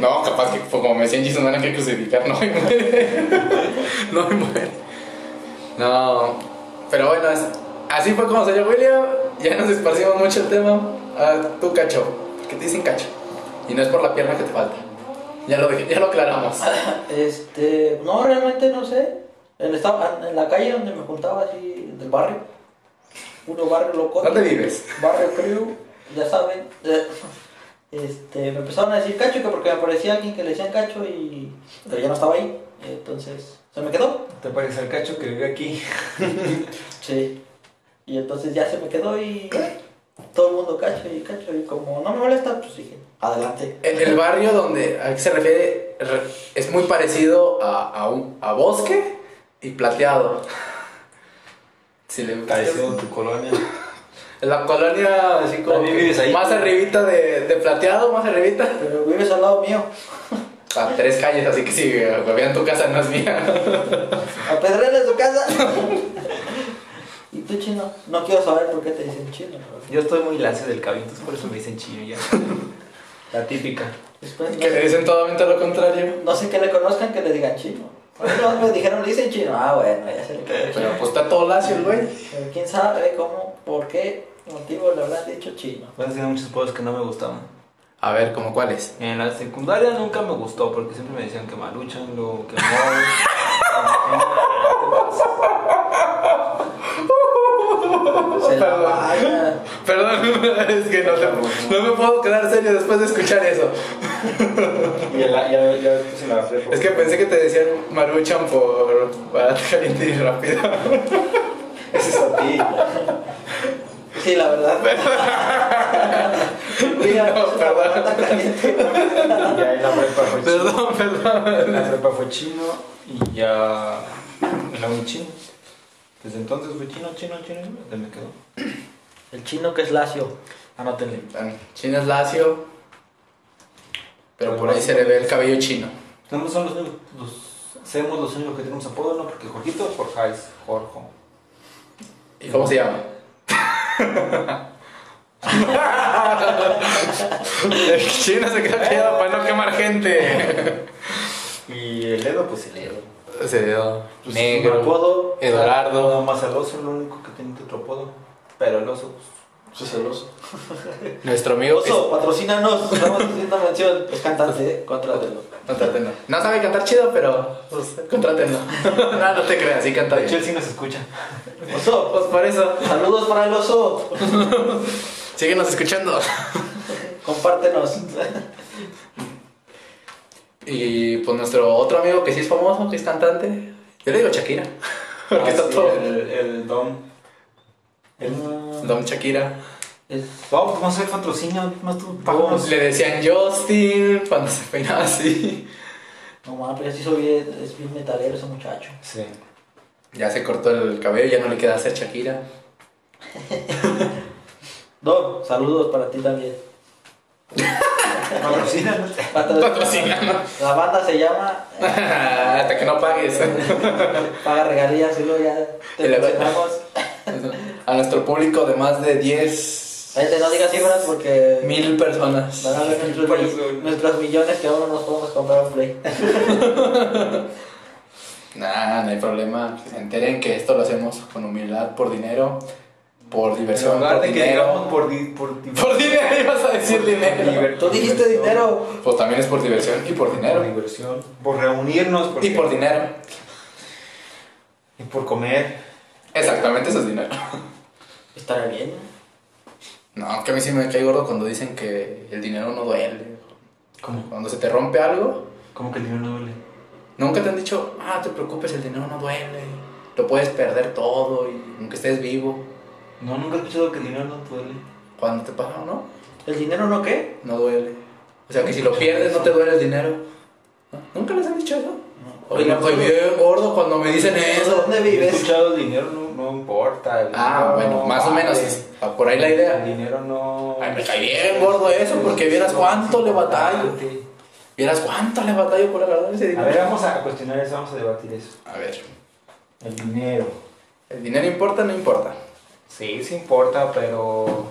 [SPEAKER 2] No, capaz que fue como me decían Jesus, no hay que crucificar, no <laughs> me muere. no me muere. No, pero bueno, es- así fue como salió William. Ya nos esparcimos mucho el tema. Ah, tú, cacho. ¿Qué te dicen cacho? Y no es por la pierna que te falta. Ya lo, dije- ya lo aclaramos.
[SPEAKER 3] Este, no, realmente no sé. En, esta- en la calle donde me juntaba, así, del barrio. Puro barrio loco.
[SPEAKER 2] ¿Dónde vives?
[SPEAKER 3] Barrio Crew, ya saben. eh, Este, me empezaron a decir cacho que porque me parecía alguien que le decían cacho y. Pero ya no estaba ahí. Entonces, se me quedó.
[SPEAKER 1] ¿Te parece al cacho que vive <laughs> aquí?
[SPEAKER 3] Sí. Y entonces ya se me quedó y. eh, Todo el mundo cacho y cacho. Y como no me molesta, pues dije, adelante.
[SPEAKER 2] El, el barrio donde a qué se refiere re- es muy parecido a, a, un- a bosque y plateado. Si le
[SPEAKER 4] Parecido a tu colonia.
[SPEAKER 2] La colonia así como
[SPEAKER 4] También
[SPEAKER 2] que
[SPEAKER 4] vives ahí.
[SPEAKER 2] más arribita de, de plateado, más arribita.
[SPEAKER 3] Pero vives al lado mío.
[SPEAKER 2] A tres calles, así que si vean tu casa no es mía. <laughs>
[SPEAKER 3] Apedréle su casa. ¿Y tú, chino? No quiero saber por qué te dicen chino. la verdad.
[SPEAKER 1] Yo estoy muy lacio del cabello, entonces por eso me dicen chino <laughs> ya. La típica.
[SPEAKER 3] Después, no,
[SPEAKER 2] Que le
[SPEAKER 3] sé,
[SPEAKER 2] dicen totalmente lo contrario.
[SPEAKER 3] no sé que le conozcan que le digan chino. A mí nomás me dijeron, le dicen chino. Ah, bueno, ya se le quedó.
[SPEAKER 2] Pero pues está todo lacio el güey.
[SPEAKER 3] Pero quién sabe cómo, por qué motivo le habrán dicho chino.
[SPEAKER 1] Vas a tener muchos pueblos que no me gustaban.
[SPEAKER 2] A ver, ¿cómo cuál es? <laughs>
[SPEAKER 1] En la secundaria nunca me gustó porque siempre me decían que maluchan, lo que no.
[SPEAKER 2] Oh,
[SPEAKER 3] Pues Se la vaya.
[SPEAKER 2] Perdón, <laughs> es que no, te- no me puedo quedar serio después de escuchar eso.
[SPEAKER 4] Y en la, ya, ya después en la prepa.
[SPEAKER 2] Es que pensé que te decían maruchan por barata caliente y
[SPEAKER 4] <laughs>
[SPEAKER 2] rápido. <laughs>
[SPEAKER 4] Ese es a ti.
[SPEAKER 3] Sí, la
[SPEAKER 2] <laughs>
[SPEAKER 3] verdad. Mira, pues,
[SPEAKER 2] No,
[SPEAKER 3] es una
[SPEAKER 2] perdón.
[SPEAKER 3] barata caliente.
[SPEAKER 4] Ya en la prepa fue chino.
[SPEAKER 2] Perdón, perdón.
[SPEAKER 1] En <laughs> la prepa fue chino y ya en la uni chino. Desde entonces fue chino, chino, chino, chino, hasta me quedó.
[SPEAKER 3] El chino que es lacio.
[SPEAKER 1] Anótenle.
[SPEAKER 2] Chino es lacio, pero por ahí se le ve el cabello chino.
[SPEAKER 1] Tenemos son los únicos, los, somos los únicos que tenemos apodo, ¿no? Porque Jorgito, Jorja es Jorjo.
[SPEAKER 2] ¿Y Eh, cómo se llama? el chino se quedó callado para no quemar gente.
[SPEAKER 4] Y el Edo, pues el Edo.
[SPEAKER 2] Se dio
[SPEAKER 1] Pues, un
[SPEAKER 2] negro.
[SPEAKER 1] apodo.
[SPEAKER 2] Eduardo.
[SPEAKER 1] Nada más el oso, lo único que tiene otro apodo. Pero el oso, pues,
[SPEAKER 4] Eso es el oso.
[SPEAKER 2] Nuestro amigo. es-
[SPEAKER 3] Oso, patrocínanos. Estamos haciendo mención. Es
[SPEAKER 2] Pues,
[SPEAKER 3] cantante, ¿eh? Contrátenlo.
[SPEAKER 2] Contrátenlo. No sabe cantar chido, pero pues, contrátenlo. <laughs> no, no te creas, sí canta
[SPEAKER 1] de hecho
[SPEAKER 2] bien.
[SPEAKER 1] él sí nos escucha. <laughs>
[SPEAKER 3] Oso,
[SPEAKER 2] Pues por eso.
[SPEAKER 3] saludos para el oso.
[SPEAKER 2] Síguenos escuchando.
[SPEAKER 3] Compártenos.
[SPEAKER 2] Y pues nuestro otro amigo que sí es famoso, que es cantante. Yo le digo Shakira. <laughs> Porque
[SPEAKER 1] Ah,
[SPEAKER 2] está
[SPEAKER 1] sí,
[SPEAKER 2] todo.
[SPEAKER 1] El, el Dom.
[SPEAKER 3] Mm,
[SPEAKER 2] Dom Shakira.
[SPEAKER 3] es-
[SPEAKER 1] Vamos, vamos a hacer patrocinio, más tú
[SPEAKER 2] Vamos,
[SPEAKER 1] pagamos.
[SPEAKER 2] Le decían Justin cuando se peinaba así.
[SPEAKER 3] No mames, pero sí soy bien, es bien metalero ese muchacho.
[SPEAKER 1] Sí.
[SPEAKER 2] Ya se cortó el cabello, ya no le queda hacer Shakira.
[SPEAKER 3] Don, saludos para ti también.
[SPEAKER 1] Patrocínanos.
[SPEAKER 2] <laughs> Patrocina.
[SPEAKER 3] La banda se llama
[SPEAKER 2] <laughs>
[SPEAKER 3] eh,
[SPEAKER 2] Hasta que no pagues.
[SPEAKER 3] Paga Regalías y luego ya te
[SPEAKER 2] Y la-
[SPEAKER 3] mencionamos.
[SPEAKER 2] A nuestro público de más de 10
[SPEAKER 3] Cállate, no digas cifras porque
[SPEAKER 2] mil personas.
[SPEAKER 3] van a ver nuestros,
[SPEAKER 1] Por
[SPEAKER 3] mi-
[SPEAKER 1] eso.
[SPEAKER 3] nuestros millones que aún no nos podemos comprar un play.
[SPEAKER 2] Nah, no hay problema. Que Se enteren que esto lo hacemos con humildad, por dinero, por
[SPEAKER 1] En
[SPEAKER 2] diversión,
[SPEAKER 1] lugar
[SPEAKER 2] por
[SPEAKER 1] de que digamos
[SPEAKER 2] dinero.
[SPEAKER 1] por, di, por, di-
[SPEAKER 2] <laughs> Por dinero, ibas a decir dinero.
[SPEAKER 3] Tú dijiste dinero.
[SPEAKER 2] Pues también es por diversión y por
[SPEAKER 1] Por
[SPEAKER 2] dinero.
[SPEAKER 1] diversión. Por reunirnos. Por
[SPEAKER 2] Y por dinero.
[SPEAKER 1] Y por comer.
[SPEAKER 2] Exactamente, eso es dinero.
[SPEAKER 3] Estará bien.
[SPEAKER 2] No, que a mí sí me cae gordo cuando dicen que el dinero no duele.
[SPEAKER 1] ¿Cómo?
[SPEAKER 2] Cuando se te rompe algo,
[SPEAKER 1] ¿Cómo que el dinero no duele?
[SPEAKER 2] nunca te han dicho, ah, te preocupes, el dinero no duele. Lo puedes perder todo y aunque estés vivo.
[SPEAKER 1] No, nunca he escuchado que el dinero no duele.
[SPEAKER 2] Cuando te pasa, ¿no?
[SPEAKER 3] ¿El dinero no qué?
[SPEAKER 2] No duele. O sea, que si lo pierdes no te duele el dinero. ¿No? ¿Nunca les han dicho eso? Oye, me estoy bien gordo cuando me dicen
[SPEAKER 3] ¿Entonces
[SPEAKER 2] eso.
[SPEAKER 3] ¿Dónde
[SPEAKER 1] He
[SPEAKER 3] vives?
[SPEAKER 1] escuchado el dinero no, no importa. el
[SPEAKER 2] Ah,
[SPEAKER 1] dinero
[SPEAKER 2] bueno,
[SPEAKER 1] no
[SPEAKER 2] más o
[SPEAKER 1] vale,
[SPEAKER 2] menos es- va por ahí la
[SPEAKER 1] El
[SPEAKER 2] idea.
[SPEAKER 1] dinero no.
[SPEAKER 2] Ay, me cae bien gordo eso, porque vieras cuánto le batallo. Vieras cuánto le batallo por agarrar ese
[SPEAKER 1] A
[SPEAKER 2] dinero.
[SPEAKER 1] ver, vamos a cuestionar eso, vamos a debatir eso.
[SPEAKER 2] A ver,
[SPEAKER 1] El dinero.
[SPEAKER 2] ¿el dinero importa o no importa?
[SPEAKER 1] Sí, sí importa, pero.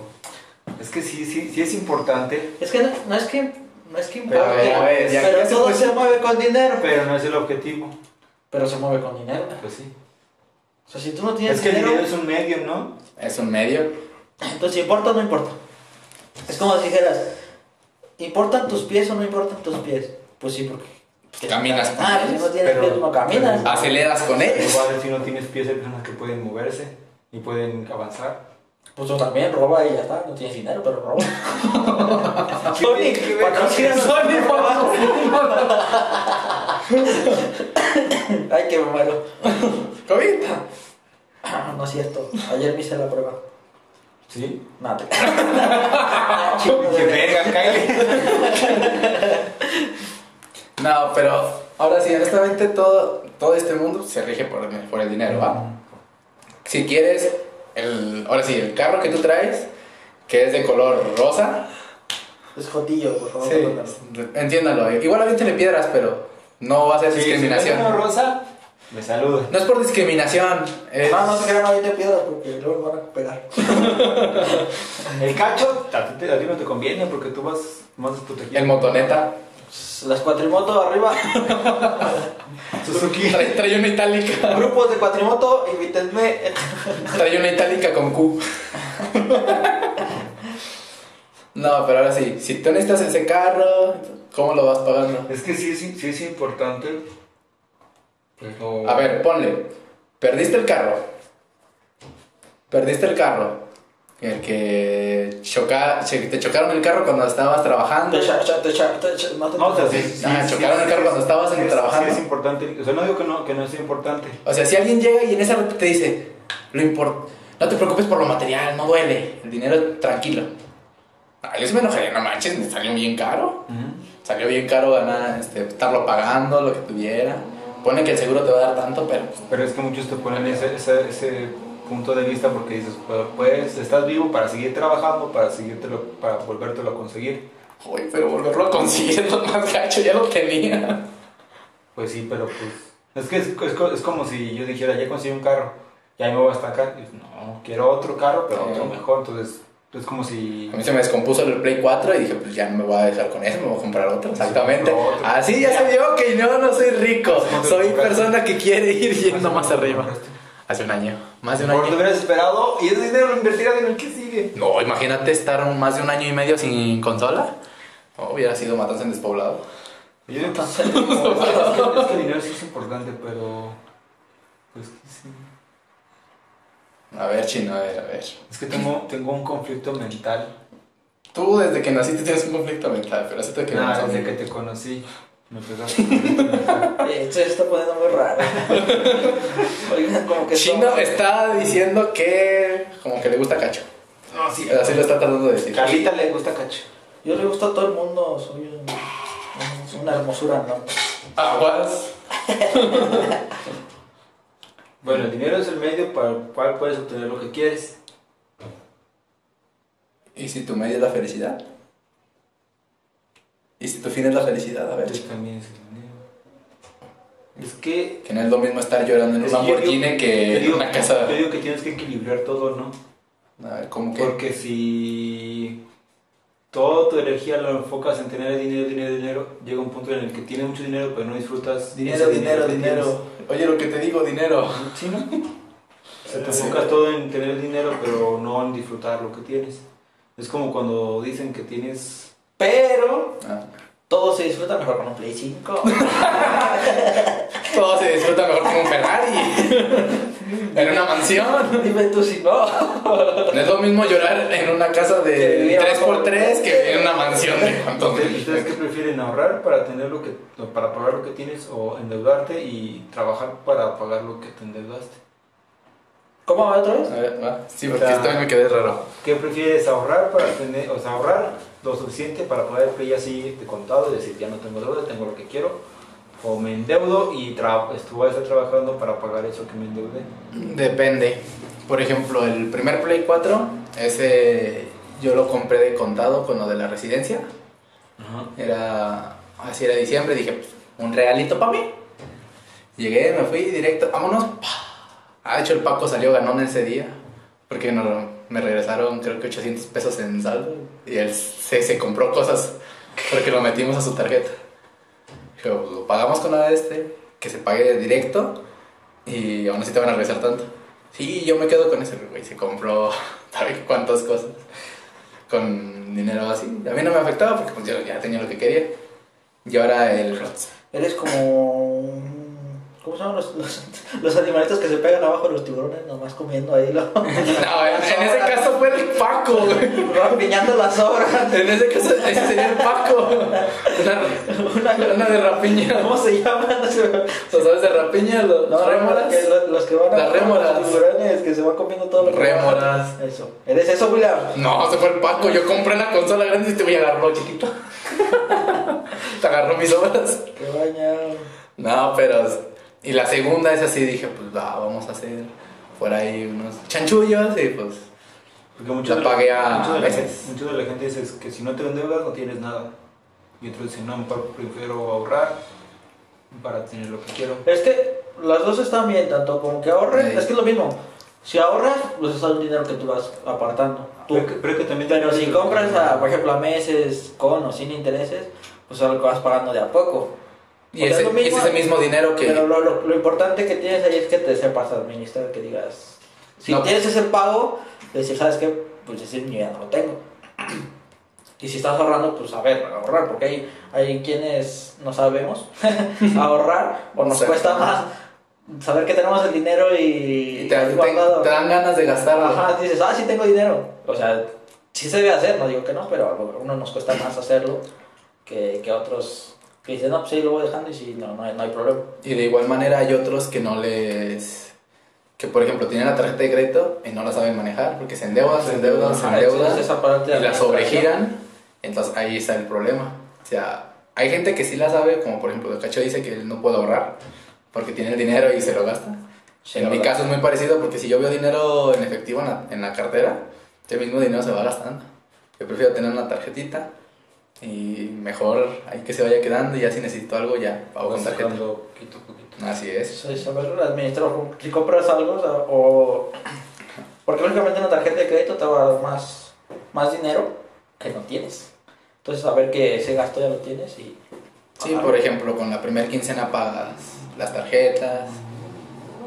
[SPEAKER 1] Es que sí, sí, sí es importante,
[SPEAKER 3] Es que no, no es que no es que
[SPEAKER 1] Pero,
[SPEAKER 3] importe,
[SPEAKER 2] a ver, ya-
[SPEAKER 3] pero
[SPEAKER 2] ya se
[SPEAKER 3] todo
[SPEAKER 2] puso-
[SPEAKER 3] se mueve con dinero.
[SPEAKER 1] pero no es el objetivo.
[SPEAKER 3] Pero se mueve con dinero.
[SPEAKER 1] Pues sí.
[SPEAKER 3] O sea, si tú no tienes
[SPEAKER 1] Es que el
[SPEAKER 3] dinero,
[SPEAKER 1] dinero es un medio, ¿no?
[SPEAKER 2] Es un medio.
[SPEAKER 3] entonces importa o no importa. Es como si dijeras, ¿Importan tus pies o no importan tus pies? Pues sí, porque. porque
[SPEAKER 2] caminas con
[SPEAKER 3] Ah, si
[SPEAKER 2] ellos,
[SPEAKER 3] no tienes
[SPEAKER 1] pero-
[SPEAKER 3] pies, no caminas.
[SPEAKER 1] pero-
[SPEAKER 2] Aceleras con
[SPEAKER 1] Pero <laughs>
[SPEAKER 2] ellos.
[SPEAKER 1] Igual si no tienes pies hay personas que pueden moverse y pueden avanzar.
[SPEAKER 3] Pues tú también roba y ya está. No tienes dinero, pero roba. <laughs> Sony,
[SPEAKER 1] ¿Qué ver?
[SPEAKER 3] patrocina Sony, por favor. Ay, que me muero.
[SPEAKER 2] COVID.
[SPEAKER 3] Ah, No es cierto. Ayer me hice la prueba.
[SPEAKER 1] Sí.
[SPEAKER 3] Nada. te- <laughs> Ah, chingo
[SPEAKER 1] <laughs>
[SPEAKER 3] de
[SPEAKER 1] Que
[SPEAKER 3] ver-
[SPEAKER 1] verga, Kyle.
[SPEAKER 2] No, pero ahora sí, honestamente todo, todo este mundo se rige por, por el dinero, ¿va? Si quieres, el, ahora sí, el carro que tú traes, que es de color rosa,
[SPEAKER 3] Es jotillo, por favor.
[SPEAKER 2] sí,
[SPEAKER 3] perdóname.
[SPEAKER 2] entiéndalo. Igual aviéntale piedras, pero no va a ser
[SPEAKER 1] Sí,
[SPEAKER 2] discriminación.
[SPEAKER 1] Si ves una rosa, me saluda.
[SPEAKER 2] No es por discriminación. es-
[SPEAKER 3] No, no se crean ahorita piedras porque luego me van a pegar.
[SPEAKER 1] El cacho, a ti, te- a ti no te conviene porque tú vas más protegido.
[SPEAKER 2] El motoneta.
[SPEAKER 3] Pues, Las cuatrimoto <laughs> arriba.
[SPEAKER 1] Suzuki.
[SPEAKER 2] Trae, trae una itálica.
[SPEAKER 3] Grupos de cuatrimoto, invítenme.
[SPEAKER 2] Trae una itálica con Q. No, pero ahora sí, si tú necesitas ese carro, ¿cómo lo vas pagando?
[SPEAKER 1] Es que sí, sí, sí es importante. Pues no.
[SPEAKER 2] A ver, ponle. Perdiste el carro. Perdiste el carro. El que choca, che- te chocaron el carro cuando estabas trabajando.
[SPEAKER 3] Te cha- cha- te cha- te cha- No, te
[SPEAKER 1] No, o sea, sí.
[SPEAKER 2] Ah,
[SPEAKER 1] sí,
[SPEAKER 2] chocaron
[SPEAKER 1] sí,
[SPEAKER 2] el carro
[SPEAKER 1] sí,
[SPEAKER 2] cuando estabas
[SPEAKER 1] sí,
[SPEAKER 2] en-
[SPEAKER 1] sí,
[SPEAKER 2] trabajando.
[SPEAKER 1] Sí, es importante. O sea, no digo que no, que no es importante.
[SPEAKER 2] O sea, si alguien llega y en esa te dice, lo import- no te preocupes por lo material, no duele, el dinero tranquilo. Ah, yo sí me enojaría, no manches, me salió bien caro. Salió bien caro ganar, este, estarlo pagando, lo que tuviera. Pone que el seguro te va a dar tanto, pero pues,
[SPEAKER 1] Pero es que muchos te ponen ese, ese, ese punto de vista porque dices, pues, pues, estás vivo para seguir trabajando, para seguírtelo, para volvértelo a conseguir.
[SPEAKER 2] Uy, pero volverlo a conseguir <laughs> es lo más gacho, ya lo tenía.
[SPEAKER 1] Pues sí, pero pues. Es que es, es co- es como si yo dijera, ya conseguí un carro, ya me voy a estancar. Y, no, quiero otro carro, pero
[SPEAKER 2] Sí.
[SPEAKER 1] otro mejor. Entonces, es como si.
[SPEAKER 2] A mí se me descompuso el Play 4 y dije, pues ya no me voy a dejar con eso, me voy a comprar otro. Exactamente.
[SPEAKER 1] compró otro.
[SPEAKER 2] Así ya se vio que no, no soy rico.
[SPEAKER 1] ¿Cuánto te
[SPEAKER 2] Soy
[SPEAKER 1] compraste?
[SPEAKER 2] persona que quiere ir yendo más arriba.
[SPEAKER 1] Compraste.
[SPEAKER 2] Hace un año. Más de un
[SPEAKER 1] Mejor te
[SPEAKER 2] año.
[SPEAKER 1] hubieras esperado y ese dinero lo invertirías en el que sigue.
[SPEAKER 2] No, imagínate estar un- más de un año y medio sin consola. No, hubiera sido matanza en despoblado.
[SPEAKER 1] Y yo digo, pues, es, que, es que el dinero sí es importante, pero. Pues que sí.
[SPEAKER 2] A ver, chino, a ver, a ver.
[SPEAKER 1] Es que tengo, tengo un conflicto mental.
[SPEAKER 2] Tú desde que naciste tienes un conflicto mental, pero eso te queda
[SPEAKER 1] Nada,
[SPEAKER 2] más
[SPEAKER 1] Ah, desde que
[SPEAKER 2] amigo.
[SPEAKER 1] te conocí, me empezaste a
[SPEAKER 3] Esto
[SPEAKER 1] comentar.
[SPEAKER 3] Eh, se está poniendo muy <laughs> raro. Oigan, como que
[SPEAKER 2] Chino
[SPEAKER 3] somos-
[SPEAKER 2] está diciendo que como que le gusta cacho.
[SPEAKER 1] No, sí.
[SPEAKER 2] Así lo está tratando de decir.
[SPEAKER 1] Carlita le gusta cacho.
[SPEAKER 3] Yo le gusta a todo el mundo, soy un- un- una hermosura, ¿no?
[SPEAKER 2] Aguas.
[SPEAKER 1] <laughs> Bueno, el dinero es el medio para el cual puedes obtener lo que quieres.
[SPEAKER 2] ¿Y si tu medio es la felicidad? ¿Y si tu fin es la felicidad? A ver.
[SPEAKER 1] Este también es el dinero. Es que.
[SPEAKER 2] Que no es lo mismo estar llorando en un
[SPEAKER 1] es que yo
[SPEAKER 2] Lamborghini
[SPEAKER 1] digo-
[SPEAKER 2] que
[SPEAKER 1] yo
[SPEAKER 2] en
[SPEAKER 1] digo-
[SPEAKER 2] una casa.
[SPEAKER 1] Yo digo que tienes que equilibrar todo, ¿no?
[SPEAKER 2] A ver, ¿cómo que?
[SPEAKER 1] Porque si toda tu energía lo enfocas en tener dinero, dinero, dinero, llega un punto en el que tienes mucho dinero pero no disfrutas
[SPEAKER 3] Dinero,
[SPEAKER 1] ese
[SPEAKER 3] dinero,
[SPEAKER 1] que
[SPEAKER 3] dinero.
[SPEAKER 2] Oye, lo que te digo, dinero.
[SPEAKER 1] tienes. Sí, ¿no? O sea, te
[SPEAKER 2] Sí.
[SPEAKER 1] enfocas todo en tener dinero pero no en disfrutar lo que tienes. Es como cuando dicen que tienes...
[SPEAKER 3] Pero
[SPEAKER 2] Ah.
[SPEAKER 3] todo se disfruta mejor con un Play 5.
[SPEAKER 2] Todo se disfruta mejor con un Ferrari.
[SPEAKER 1] <laughs>
[SPEAKER 2] en una mansión.
[SPEAKER 3] Dime tú si <laughs> no.
[SPEAKER 2] No es lo mismo llorar en una casa
[SPEAKER 3] Que
[SPEAKER 2] de
[SPEAKER 3] vivir
[SPEAKER 2] 3x3 que en una mansión de cuántos
[SPEAKER 1] ¿Ustedes ustedes qué prefieren? ¿Ahorrar para tener lo que para pagar lo que tienes o endeudarte y trabajar para pagar lo que te endeudaste?
[SPEAKER 3] ¿Cómo va otra vez?
[SPEAKER 2] A ver, va. Sí, porque
[SPEAKER 1] O sea,
[SPEAKER 2] esto me quedé raro.
[SPEAKER 1] ¿Qué prefieres ahorrar para tener, o sea, ahorrar lo suficiente para poder el play así de este contado y decir ya no tengo deuda, tengo lo que quiero? O me endeudo y tra- est- voy a estar trabajando para pagar eso que me endeudé.
[SPEAKER 2] Depende. Por ejemplo, el primer Play 4, ese yo lo compré de contado con lo de la residencia. Era así era diciembre, dije, pues, un realito para mí. Llegué, me fui directo, vámonos. Ha hecho el Paco salió ganón ese día, porque no, me regresaron creo que 800 pesos en saldo y él se, se compró cosas porque lo metimos a su tarjeta. Dije, "Pues, lo pagamos con la de este, que se pague directo y aún así te van a <laughs> regresar tanto. Sí, yo me quedo con ese güey, se compró, ¿sabe cuántas cosas? con dinero así. A mí no me afectaba porque pues, yo ya tenía lo que quería. Y ahora el...
[SPEAKER 3] Eres como. un- ¿Cómo se llaman los, los, los animalitos que se pegan abajo de los tiburones? Nomás comiendo ahí, <laughs> lo,
[SPEAKER 2] <laughs> No, en, en ese caso fue el Paco, güey.
[SPEAKER 3] piñando las obras.
[SPEAKER 2] En ese caso ese sería el Paco. Una, una de rapiña.
[SPEAKER 3] ¿Cómo se llaman?
[SPEAKER 2] ¿Los sabes de rapiña? Los
[SPEAKER 3] No,
[SPEAKER 2] rémoras.
[SPEAKER 3] que lo- los que van
[SPEAKER 2] Las
[SPEAKER 3] abajo de
[SPEAKER 2] rémoras.
[SPEAKER 3] Los tiburones que se van comiendo todo lo que
[SPEAKER 2] Rémoras.
[SPEAKER 3] Eso. ¿Eres eso, William?
[SPEAKER 2] No, se fue el Paco. Yo compré una consola grande y te voy a agarró chiquito. <laughs> te agarró mis obras.
[SPEAKER 3] Que baña.
[SPEAKER 2] No, pero. Y la segunda es así, dije, pues va, vamos a hacer por ahí unos chanchullos y pues.
[SPEAKER 1] Porque muchos
[SPEAKER 2] La
[SPEAKER 1] de la-
[SPEAKER 2] pagué a
[SPEAKER 1] muchos de la-
[SPEAKER 2] meses.
[SPEAKER 1] muchos de la gente dice que si no te endeudas no tienes nada. Y otros dicen, no, mejor prefiero ahorrar para tener lo que quiero.
[SPEAKER 3] Es que las dos están bien, tanto como que ahorres.
[SPEAKER 2] Sí.
[SPEAKER 3] Es que es lo mismo. Si ahorras, pues es el dinero que tú vas apartando. Tú-
[SPEAKER 1] Pero, que- pero que también
[SPEAKER 3] Pero
[SPEAKER 1] depende
[SPEAKER 3] si
[SPEAKER 1] de lo que-
[SPEAKER 3] compras, a, por ejemplo, a meses, con o sin intereses, pues algo vas pagando de a poco.
[SPEAKER 2] Y
[SPEAKER 3] O sea,
[SPEAKER 2] ese,
[SPEAKER 3] es lo mismo,
[SPEAKER 2] es ese mismo dinero que.
[SPEAKER 3] Pero lo, lo- lo importante que tienes ahí es que te sepas administrar, que digas... Si
[SPEAKER 2] No.
[SPEAKER 3] tienes ese pago, decir, ¿sabes qué? Pues decir, yo ya no lo tengo. Y si estás ahorrando, pues a ver, ahorrar, porque hay, hay quienes no sabemos <laughs> ahorrar, o nos
[SPEAKER 2] Exacto.
[SPEAKER 3] cuesta más saber que tenemos el dinero y,
[SPEAKER 2] y te, te-
[SPEAKER 3] guardado.
[SPEAKER 2] te dan ganas de gastarlo.
[SPEAKER 3] Ajá, dices, ah, sí tengo dinero. O sea, sí se debe hacer, no digo que no, pero a lo- a uno nos cuesta más hacerlo que, que otros que dicen, no, pues sí, lo voy dejando y sí, no, no hay, no hay problema.
[SPEAKER 2] Y de igual manera hay otros que no les... Que por ejemplo tienen la tarjeta de crédito y no la saben manejar porque se endeudan, se endeudan, se
[SPEAKER 3] Ajá, entonces
[SPEAKER 2] endeudan
[SPEAKER 3] esa parte de
[SPEAKER 2] y la
[SPEAKER 3] administración.
[SPEAKER 2] sobregiran. Entonces ahí está el problema. O sea, hay gente que sí la sabe, como por ejemplo el Cacho dice que él no puede ahorrar porque tiene el dinero y se lo gasta.
[SPEAKER 3] Sí,
[SPEAKER 2] en
[SPEAKER 3] la
[SPEAKER 2] mi
[SPEAKER 3] verdad.
[SPEAKER 2] caso es muy parecido porque si yo veo dinero en efectivo en la, en la cartera, ese mismo dinero se va gastando. Yo prefiero tener una tarjetita y mejor ahí que se vaya quedando y ya si necesito algo ya pago con
[SPEAKER 1] Vas
[SPEAKER 2] tarjeta.
[SPEAKER 1] sacando poquito a poquito.
[SPEAKER 2] Así es.
[SPEAKER 3] Sí, saber administrar, si compras algo o, sea, o- Porque lógicamente una tarjeta de crédito te va a dar más, más dinero que no tienes. Entonces saber que ese gasto ya lo tienes y...
[SPEAKER 2] Sí, por ejemplo, con la primera quincena pagas las tarjetas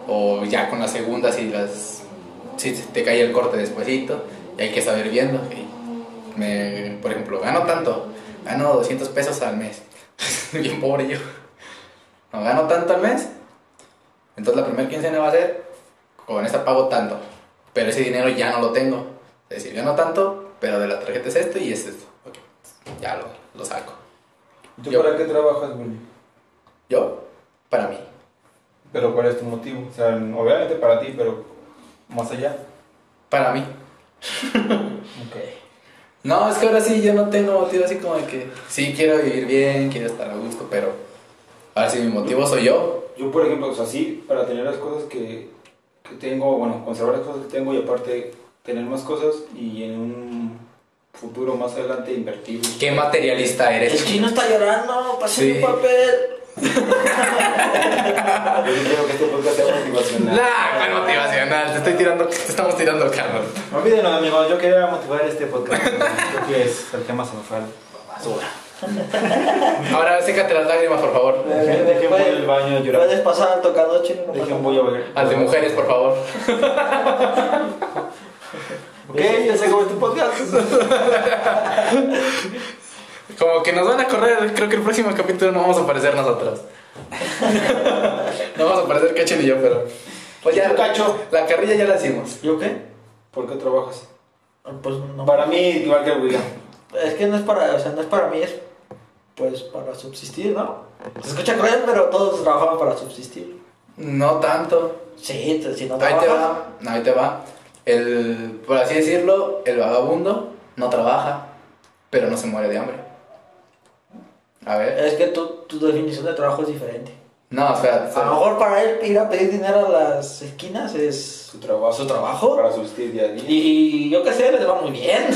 [SPEAKER 2] o ya con la segunda si las si te cae el corte despuesito y hay que saber viendo. ok. Me- por ejemplo, gano tanto, gano 200 pesos al mes. <laughs> Bien pobre yo. No gano tanto al mes. Entonces la primera quincena va a ser con esa pago tanto, pero ese dinero ya no lo tengo. Es decir, gano tanto, pero de la tarjeta es esto y es esto. Ok, Ya lo, lo saco.
[SPEAKER 4] ¿Tú
[SPEAKER 2] Yo-
[SPEAKER 4] para qué trabajas, Willy?
[SPEAKER 2] Yo, para mí.
[SPEAKER 4] Pero ¿cuál es tu motivo? O sea, obviamente para ti, pero más allá.
[SPEAKER 2] Para mí.
[SPEAKER 4] Ok.
[SPEAKER 2] No, es que ahora sí yo no tengo motivo así como de que sí quiero vivir bien, quiero estar a gusto, pero ahora sí mi motivo soy yo.
[SPEAKER 4] Yo, por ejemplo, o sea, sí, para tener las cosas que, que tengo, bueno, conservar las cosas que tengo y aparte tener más cosas y en un futuro más adelante invertir.
[SPEAKER 2] Qué materialista
[SPEAKER 3] El
[SPEAKER 2] eres.
[SPEAKER 3] chino está llorando, pase
[SPEAKER 2] Sí.
[SPEAKER 3] mi papel.
[SPEAKER 4] Yo quiero que este podcast sea motivacional.
[SPEAKER 2] La cuál motivacional, te estoy tirando, te estamos tirando carro.
[SPEAKER 1] No olviden, amigos, yo quería motivar
[SPEAKER 2] <laughs>
[SPEAKER 1] este podcast. Creo que es el tema central.
[SPEAKER 2] Ahora sécate las lágrimas, por favor.
[SPEAKER 1] Dejen- dejen voy al baño a llorar.
[SPEAKER 3] Puedes Eh, pasar tocando chino. no pasa
[SPEAKER 4] Dejen voy a ver.
[SPEAKER 2] Al de mujeres, por favor.
[SPEAKER 1] Ok, ya se acabó tu podcast.
[SPEAKER 2] Como que nos van a correr, creo que el próximo capítulo no vamos a aparecer nosotros. <laughs> no vamos a aparecer Cacho ni yo, pero. Pues ya,
[SPEAKER 4] Cacho.
[SPEAKER 2] la carrilla ya la hicimos.
[SPEAKER 3] nada. ¿Yo qué?
[SPEAKER 4] ¿Por qué trabajas?
[SPEAKER 3] Pues no.
[SPEAKER 4] Para mí, igual que el William.
[SPEAKER 3] Es que no es para, o sea, no es para mí, es pues para subsistir, ¿no? Se escucha cruel, pero todos trabajaban para subsistir.
[SPEAKER 2] No tanto.
[SPEAKER 3] Sí, te- si no
[SPEAKER 2] Ahí te
[SPEAKER 3] trabajas.
[SPEAKER 2] va, ahí te va. El, por así decirlo, el vagabundo no trabaja, pero no se muere de hambre. A ver.
[SPEAKER 3] Es que tu, tu definición de trabajo es diferente.
[SPEAKER 2] No, o sea,
[SPEAKER 3] A lo
[SPEAKER 2] se-
[SPEAKER 3] mejor para él ir a pedir dinero a las esquinas es.
[SPEAKER 4] Su trabajo.
[SPEAKER 3] ¿Su trabajo?
[SPEAKER 4] Para subsistir día a día.
[SPEAKER 3] Y yo qué sé, les va muy bien. <laughs>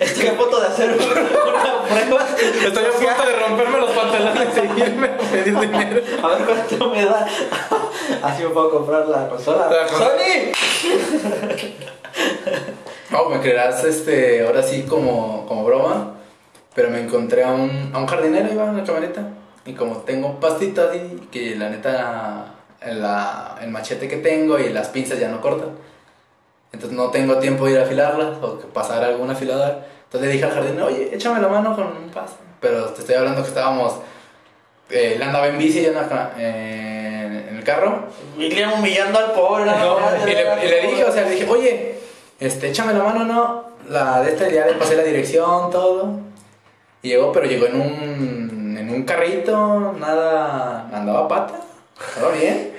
[SPEAKER 3] Estoy a punto de hacer una prueba.
[SPEAKER 2] estoy a punto de romperme los pantalones y irme a pedir dinero.
[SPEAKER 3] A ver cuánto me da. <laughs> Así me puedo comprar la consola.
[SPEAKER 2] La consola.
[SPEAKER 3] ¡Sony!
[SPEAKER 2] <laughs> No, me creerás, este, ahora sí como, como broma, pero me encontré a un, a un jardinero, iba en la camioneta, y como tengo pastito así, que la neta, la- el machete que tengo y las pinzas ya no cortan, Entonces no tengo tiempo de ir a afilarlas o que pasar a algún afilador. Entonces le dije al jardín, oye, échame la mano con un paso. Pero te estoy hablando que estábamos. Eh, él andaba en bici y andaba eh, en el carro.
[SPEAKER 3] William humillando al pobre.
[SPEAKER 2] No,
[SPEAKER 3] la-
[SPEAKER 2] y le, y le dije, o sea, le dije, oye, este, échame la mano, ¿no? La de esta ya le pasé la dirección, todo. Y llegó, pero llegó en un, en un carrito, nada, andaba a pata, andaba bien.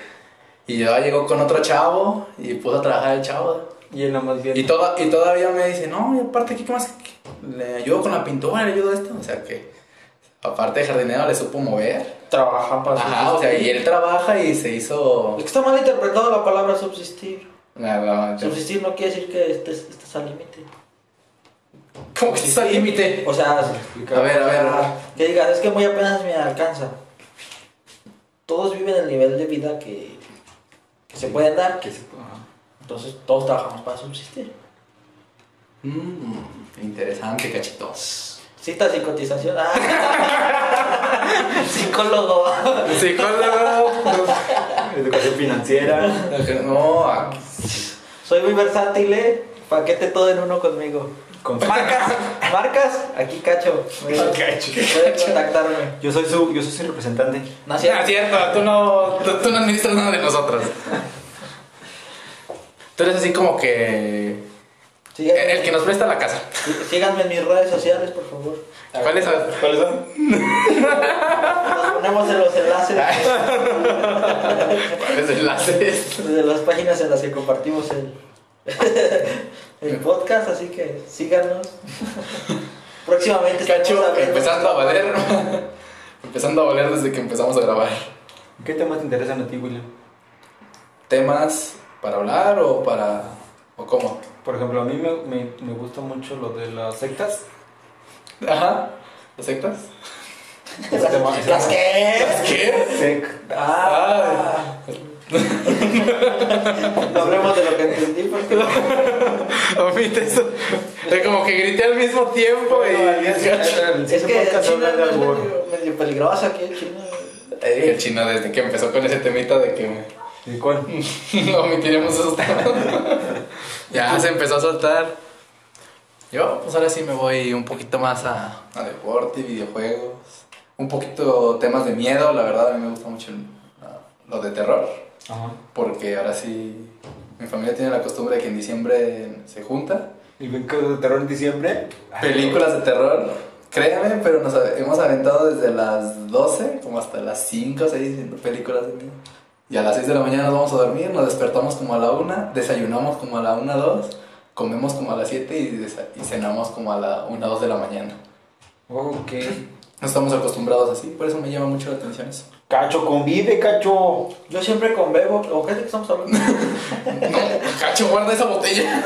[SPEAKER 2] Y ya llegó con otro chavo y puso a trabajar el chavo.
[SPEAKER 1] Y él nada más bien.
[SPEAKER 2] Y, toda, y todavía me dice, no, y aparte, ¿qué, qué más? Le ayudo con la pintura, le ayudo a esto. O sea que, aparte de jardinero, le supo mover.
[SPEAKER 3] Trabaja para
[SPEAKER 2] Ajá, o sea, y él trabaja y se hizo...
[SPEAKER 3] Es que está mal interpretado la palabra subsistir.
[SPEAKER 2] la- la-
[SPEAKER 3] Subsistir no quiere decir que estés, estés al límite.
[SPEAKER 2] Como que está al límite.
[SPEAKER 3] O sea,
[SPEAKER 2] A ver, a ver.
[SPEAKER 3] que digas, es que muy apenas me alcanza. Todos viven el nivel de vida que, que se pueden dar.
[SPEAKER 1] Que se- ajá.
[SPEAKER 3] Entonces todos trabajamos para subsistir.
[SPEAKER 2] Mm, interesante, cachito.
[SPEAKER 3] Citas y cotización. Ah. <laughs> Psicólogo.
[SPEAKER 2] Psicólogo.
[SPEAKER 1] <laughs> Educación financiera.
[SPEAKER 2] <laughs> No, ah, aquí-
[SPEAKER 3] Soy muy versátil, ¿eh? Paquete todo en uno conmigo.
[SPEAKER 1] con-
[SPEAKER 3] Marcas, marcas, aquí cacho. Pueden- Pueden contactarme.
[SPEAKER 1] Yo soy su, yo soy su representante.
[SPEAKER 3] No es cierto.
[SPEAKER 2] Ah, cierto, tú no, tú, tú no administras nada de nosotros. Tú eres así como que. El,
[SPEAKER 3] Síganme,
[SPEAKER 2] el que nos presta la casa.
[SPEAKER 3] sí- síganme en mis redes sociales, por favor.
[SPEAKER 2] ¿Cuál es? la-
[SPEAKER 4] ¿Cuáles son?
[SPEAKER 3] Nos ponemos en los enlaces
[SPEAKER 2] ¿Cuál es el enlace?
[SPEAKER 3] de las páginas en las que compartimos el, <laughs> el podcast, así que síganos. Próximamente estaremos
[SPEAKER 2] Cacho, eh, pues,
[SPEAKER 3] abriendo-
[SPEAKER 2] empezando a valer. <laughs> Empezando a valer desde que empezamos a grabar.
[SPEAKER 1] ¿Qué temas te interesan a ti, William?
[SPEAKER 2] ¿Temas para hablar o para.? ¿O cómo?
[SPEAKER 1] Por ejemplo, a mí me, me, me gusta mucho lo de las sectas.
[SPEAKER 2] Ajá. ¿Las sectas?
[SPEAKER 1] Ese tema-
[SPEAKER 3] ¿Las,
[SPEAKER 1] ese
[SPEAKER 3] las
[SPEAKER 1] tema-
[SPEAKER 3] qué?
[SPEAKER 2] ¿Qué?
[SPEAKER 1] Sec-
[SPEAKER 3] Ah. no hablemos de lo que entendí
[SPEAKER 1] <laughs>
[SPEAKER 3] porque
[SPEAKER 2] Omite eso. Es como que grité al mismo tiempo y.
[SPEAKER 3] es que
[SPEAKER 1] Este podcast
[SPEAKER 3] China
[SPEAKER 1] habla de
[SPEAKER 3] es
[SPEAKER 1] albur.
[SPEAKER 3] medio, medio peligroso aquí en China.
[SPEAKER 2] Te dije el chino desde que empezó con ese temita de que <laughs>
[SPEAKER 1] ¿Y cuál?
[SPEAKER 2] omitiremos esos temas. <laughs> ya se empezó a soltar. Yo, pues ahora sí me voy un poquito más a, a deporte, videojuegos. Un poquito temas de miedo, la verdad a mí me gusta mucho el- la- lo de terror.
[SPEAKER 1] Ajá.
[SPEAKER 2] Porque ahora sí, mi familia tiene la costumbre de que en diciembre se junta.
[SPEAKER 1] ¿Y ven cosas de terror en diciembre?
[SPEAKER 2] Películas de terror, créanme, pero nos a- hemos aventado desde las 12 como hasta las 5 o 6 viendo películas de miedo. Y a las 6 de la mañana nos vamos a dormir, nos despertamos como a la 1, desayunamos como a la 1, 2, comemos como a las 7 y, desa- y cenamos como a la 1, 2 de la mañana.
[SPEAKER 1] Ok.
[SPEAKER 2] No estamos acostumbrados así, por eso me llama mucho la atención eso. <laughs>
[SPEAKER 1] Cacho, convive, cacho.
[SPEAKER 3] Yo siempre con Bebo, ¿o qué es lo que estamos hablando?
[SPEAKER 1] <laughs>
[SPEAKER 2] No, cacho, guarda esa botella.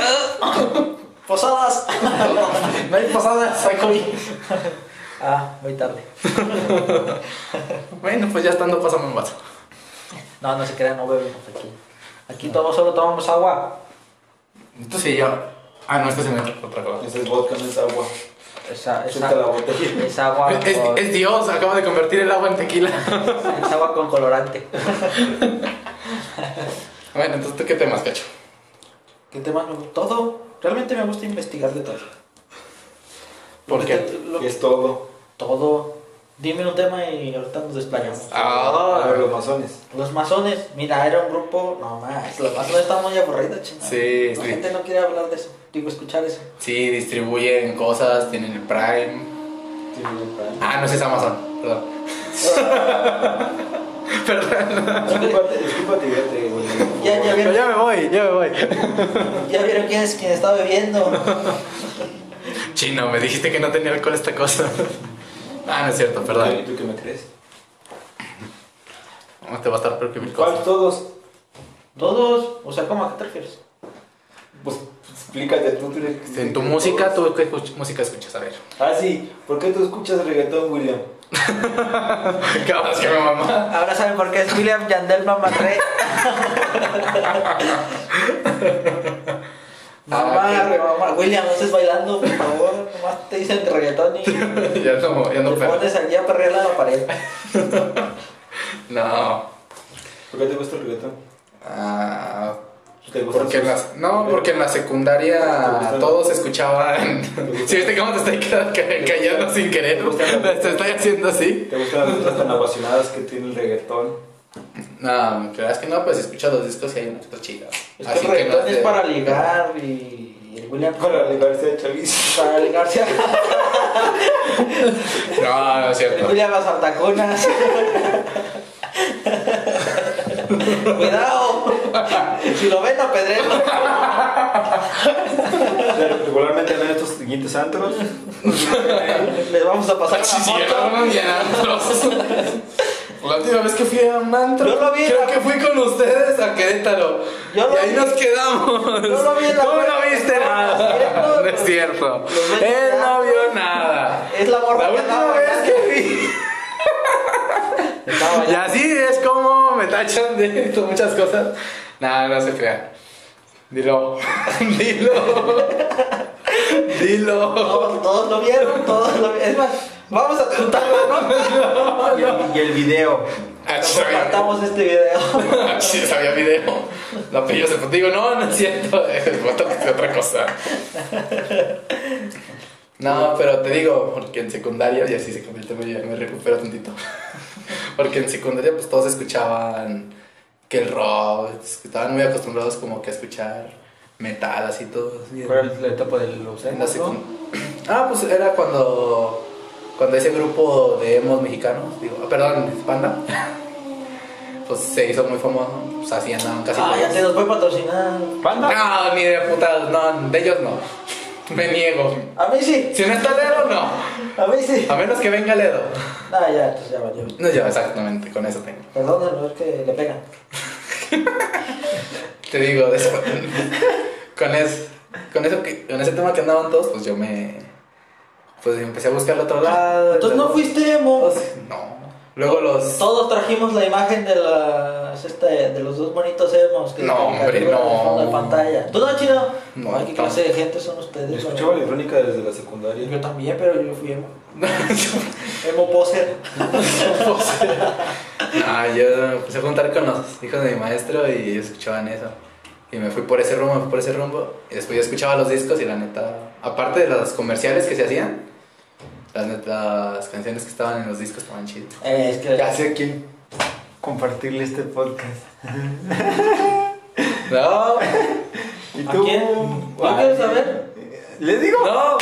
[SPEAKER 2] <laughs>
[SPEAKER 3] Posadas. <laughs>
[SPEAKER 2] No hay posada, saco
[SPEAKER 3] Ah, muy tarde.
[SPEAKER 2] Bueno, pues ya estando, pásame un vaso.
[SPEAKER 3] No, no se crean, no bebemos aquí. Aquí todos solo tomamos agua.
[SPEAKER 2] Entonces sí, ya. Ah, no, esto se me otra cosa.
[SPEAKER 4] Ese es vodka, no es agua.
[SPEAKER 3] Esa, esa,
[SPEAKER 4] Suelta la botella.
[SPEAKER 3] es agua
[SPEAKER 2] <laughs> Es, es-
[SPEAKER 3] con,
[SPEAKER 2] es Dios, acaba de convertir el agua en tequila.
[SPEAKER 3] es agua con colorante.
[SPEAKER 2] Bueno, entonces, ¿tú qué temas, cacho?
[SPEAKER 3] ¿Qué tema? no? Todo. Realmente me gusta investigar de todo.
[SPEAKER 2] ¿Por qué?
[SPEAKER 3] Lo- lo-
[SPEAKER 4] Que es todo.
[SPEAKER 3] Todo. Dime un tema y ahorita nos desplayamos.
[SPEAKER 4] A
[SPEAKER 2] Ah,
[SPEAKER 4] ver, los masones.
[SPEAKER 3] Los masones, mira, era un grupo. No más. Los masones están muy aburridos, chingada.
[SPEAKER 2] Sí,
[SPEAKER 3] La
[SPEAKER 2] sí.
[SPEAKER 3] gente no quiere hablar de eso. Digo, escuchar eso.
[SPEAKER 2] sí, distribuyen cosas, tienen el Prime.
[SPEAKER 4] Tienen un plan.
[SPEAKER 2] Ah, no, ese es Amazon, perdón.
[SPEAKER 4] Discúlpate, discúlpate, fíjate, güey.
[SPEAKER 3] Ya, ya vieron,
[SPEAKER 2] me voy, ya me voy.
[SPEAKER 3] ya vieron quién es quien está
[SPEAKER 2] <laughs>
[SPEAKER 3] bebiendo.
[SPEAKER 2] Chino, me dijiste que no tenía alcohol esta cosa. <laughs> Ah, no es cierto,
[SPEAKER 4] ¿Y
[SPEAKER 2] perdón.
[SPEAKER 4] tú qué me crees?
[SPEAKER 2] No te va a estar peor que mil
[SPEAKER 4] ¿Cuál
[SPEAKER 2] cosas.
[SPEAKER 4] todos?
[SPEAKER 3] Todos, o sea, ¿cómo a qué te refieres?
[SPEAKER 4] Pues explícate tú. tú eres-
[SPEAKER 2] En tu música, ¿tú qué escuch- música escuchas? A <laughs> ver.
[SPEAKER 4] Ah, sí. ¿Por qué tú escuchas reggaetón, William?
[SPEAKER 2] Acabas que me mamá. <laughs>
[SPEAKER 3] Ahora saben por qué es William Yandel Mamarré.
[SPEAKER 2] Ah,
[SPEAKER 3] Mamá,
[SPEAKER 2] ok.
[SPEAKER 3] mamá. William, no estés bailando, por favor. Nomás te dicen reggaetón y te
[SPEAKER 2] Ya no, ya no, pero.
[SPEAKER 3] pones aquí a perrear la pared.
[SPEAKER 2] No.
[SPEAKER 4] ¿Por qué te gusta el reggaetón?
[SPEAKER 2] Ah,
[SPEAKER 4] ¿Te gustan
[SPEAKER 2] Porque en
[SPEAKER 4] sus-
[SPEAKER 2] las, no, porque en la secundaria todos escuchaban. <laughs> ¿Sí viste cómo te estoy ca- ca- callando sin querer? <laughs> Te estoy haciendo así.
[SPEAKER 4] ¿Te gustan las letras tan apasionadas que tiene el reggaetón?
[SPEAKER 2] No, me creas que no, pues escucha los discos y hay unas cosas chidas.
[SPEAKER 3] Es
[SPEAKER 2] Así
[SPEAKER 3] que el reggaetón
[SPEAKER 2] no
[SPEAKER 3] es
[SPEAKER 2] te-
[SPEAKER 3] para ligar y el William
[SPEAKER 4] Para ligarse de Chavis.
[SPEAKER 3] para ligarse a
[SPEAKER 2] No, no es
[SPEAKER 3] el
[SPEAKER 2] cierto.
[SPEAKER 3] William
[SPEAKER 2] <laughs>
[SPEAKER 3] las altaconas. Cuidado, si lo ven a pedrero.
[SPEAKER 4] Regularmente andan en estos siguientes antros.
[SPEAKER 3] Les vamos a pasar
[SPEAKER 2] Sí, sí,
[SPEAKER 3] la moto.
[SPEAKER 2] eran bien antros. La última vez que fui a un antro,
[SPEAKER 3] Yo lo vi en
[SPEAKER 2] creo
[SPEAKER 3] la-
[SPEAKER 2] que fui con ustedes a Querétaro.
[SPEAKER 3] Yo lo
[SPEAKER 2] y ahí
[SPEAKER 3] vi-
[SPEAKER 2] nos quedamos.
[SPEAKER 3] Yo lo vi en la
[SPEAKER 2] Tú
[SPEAKER 3] puerta.
[SPEAKER 2] no viste nada.
[SPEAKER 3] No,
[SPEAKER 2] No es cierto.
[SPEAKER 3] Los ven
[SPEAKER 2] Él no
[SPEAKER 3] llegar.
[SPEAKER 2] vio nada.
[SPEAKER 3] Es la morra
[SPEAKER 2] La
[SPEAKER 3] que
[SPEAKER 2] última
[SPEAKER 3] andaba
[SPEAKER 2] vez
[SPEAKER 3] bailando.
[SPEAKER 2] que vi.
[SPEAKER 3] Estaba
[SPEAKER 2] Y
[SPEAKER 3] bailando.
[SPEAKER 2] así es como me tachan de muchas cosas. Nada, no se crean. Dilo. <laughs> Dilo. Dilo.
[SPEAKER 3] Todos, todos lo vieron, todos lo vieron. Es más, vamos a juntarlo, ¿no?
[SPEAKER 4] Y el, y el video.
[SPEAKER 2] Ah, <laughs> sí, sabía.
[SPEAKER 3] Compartamos este video.
[SPEAKER 2] Ah, <laughs> Sí, sabía video. La pillo se digo, no, no es cierto. <laughs> Es otra cosa. No, pero te digo, porque en secundaria, y así se convierte, me, me recupero tantito. <laughs> Porque en secundaria, pues todos escuchaban que el rock, estaban muy acostumbrados como que a escuchar metal, así todos. bien.
[SPEAKER 1] ¿Cuál era la etapa de los
[SPEAKER 2] En la
[SPEAKER 1] emos, no?
[SPEAKER 2] secund- Ah, pues era cuando, cuando ese grupo de emos mexicanos, digo, ah, perdón, banda, <laughs> pues se hizo muy famoso, pues así andaban casi
[SPEAKER 3] Ah, ya
[SPEAKER 2] todos.
[SPEAKER 3] se nos fue patrocinar.
[SPEAKER 1] ¿Banda?
[SPEAKER 2] No, ni de puta, no, de ellos no. Me niego.
[SPEAKER 3] A mí sí,
[SPEAKER 2] Si no está Ledo, no.
[SPEAKER 3] a mí sí.
[SPEAKER 2] A menos que venga Ledo.
[SPEAKER 3] Ah, ya, entonces ya valió.
[SPEAKER 2] No, yo, exactamente, con eso tengo.
[SPEAKER 3] Perdónenlo, es que le pegan.
[SPEAKER 2] Te digo, después, <laughs> con, es, con, eso que, con ese tema que andaban todos, pues yo me. Pues empecé a buscar otro lado.
[SPEAKER 3] Entonces no
[SPEAKER 2] luego-
[SPEAKER 3] fuiste
[SPEAKER 2] Oh,
[SPEAKER 3] emo.
[SPEAKER 2] No. Luego los.
[SPEAKER 3] Todos trajimos la imagen de las este, de los dos bonitos emos que
[SPEAKER 2] No, hombre,
[SPEAKER 3] caricaturan en el fondo de
[SPEAKER 2] no.
[SPEAKER 3] pantalla. ¿Tú no, chino?
[SPEAKER 2] No,
[SPEAKER 3] Ay, qué
[SPEAKER 2] no.
[SPEAKER 3] clase de gente son ustedes.
[SPEAKER 4] Yo
[SPEAKER 3] la
[SPEAKER 4] escuchaba
[SPEAKER 3] verdad.
[SPEAKER 4] la electrónica desde la secundaria.
[SPEAKER 3] Yo también, pero yo fui emo. Emo poser.
[SPEAKER 2] <laughs> Ah, yo me puse a juntar con los hijos de mi maestro y ellos escuchaban eso. Y me fui por ese rumbo, me fui por ese rumbo. Y después yo escuchaba los discos y la neta, aparte de los comerciales que se hacían, las neta, las canciones que estaban en los discos estaban chidas.
[SPEAKER 3] Eh, es que
[SPEAKER 1] Ya sé a quién compartirle este podcast.
[SPEAKER 2] No,
[SPEAKER 1] ¿Y
[SPEAKER 3] ¿A
[SPEAKER 1] tú?
[SPEAKER 3] quién? ¿No
[SPEAKER 1] Ay,
[SPEAKER 3] quieres saber?
[SPEAKER 4] Eh,
[SPEAKER 1] ¿Les digo?
[SPEAKER 2] no.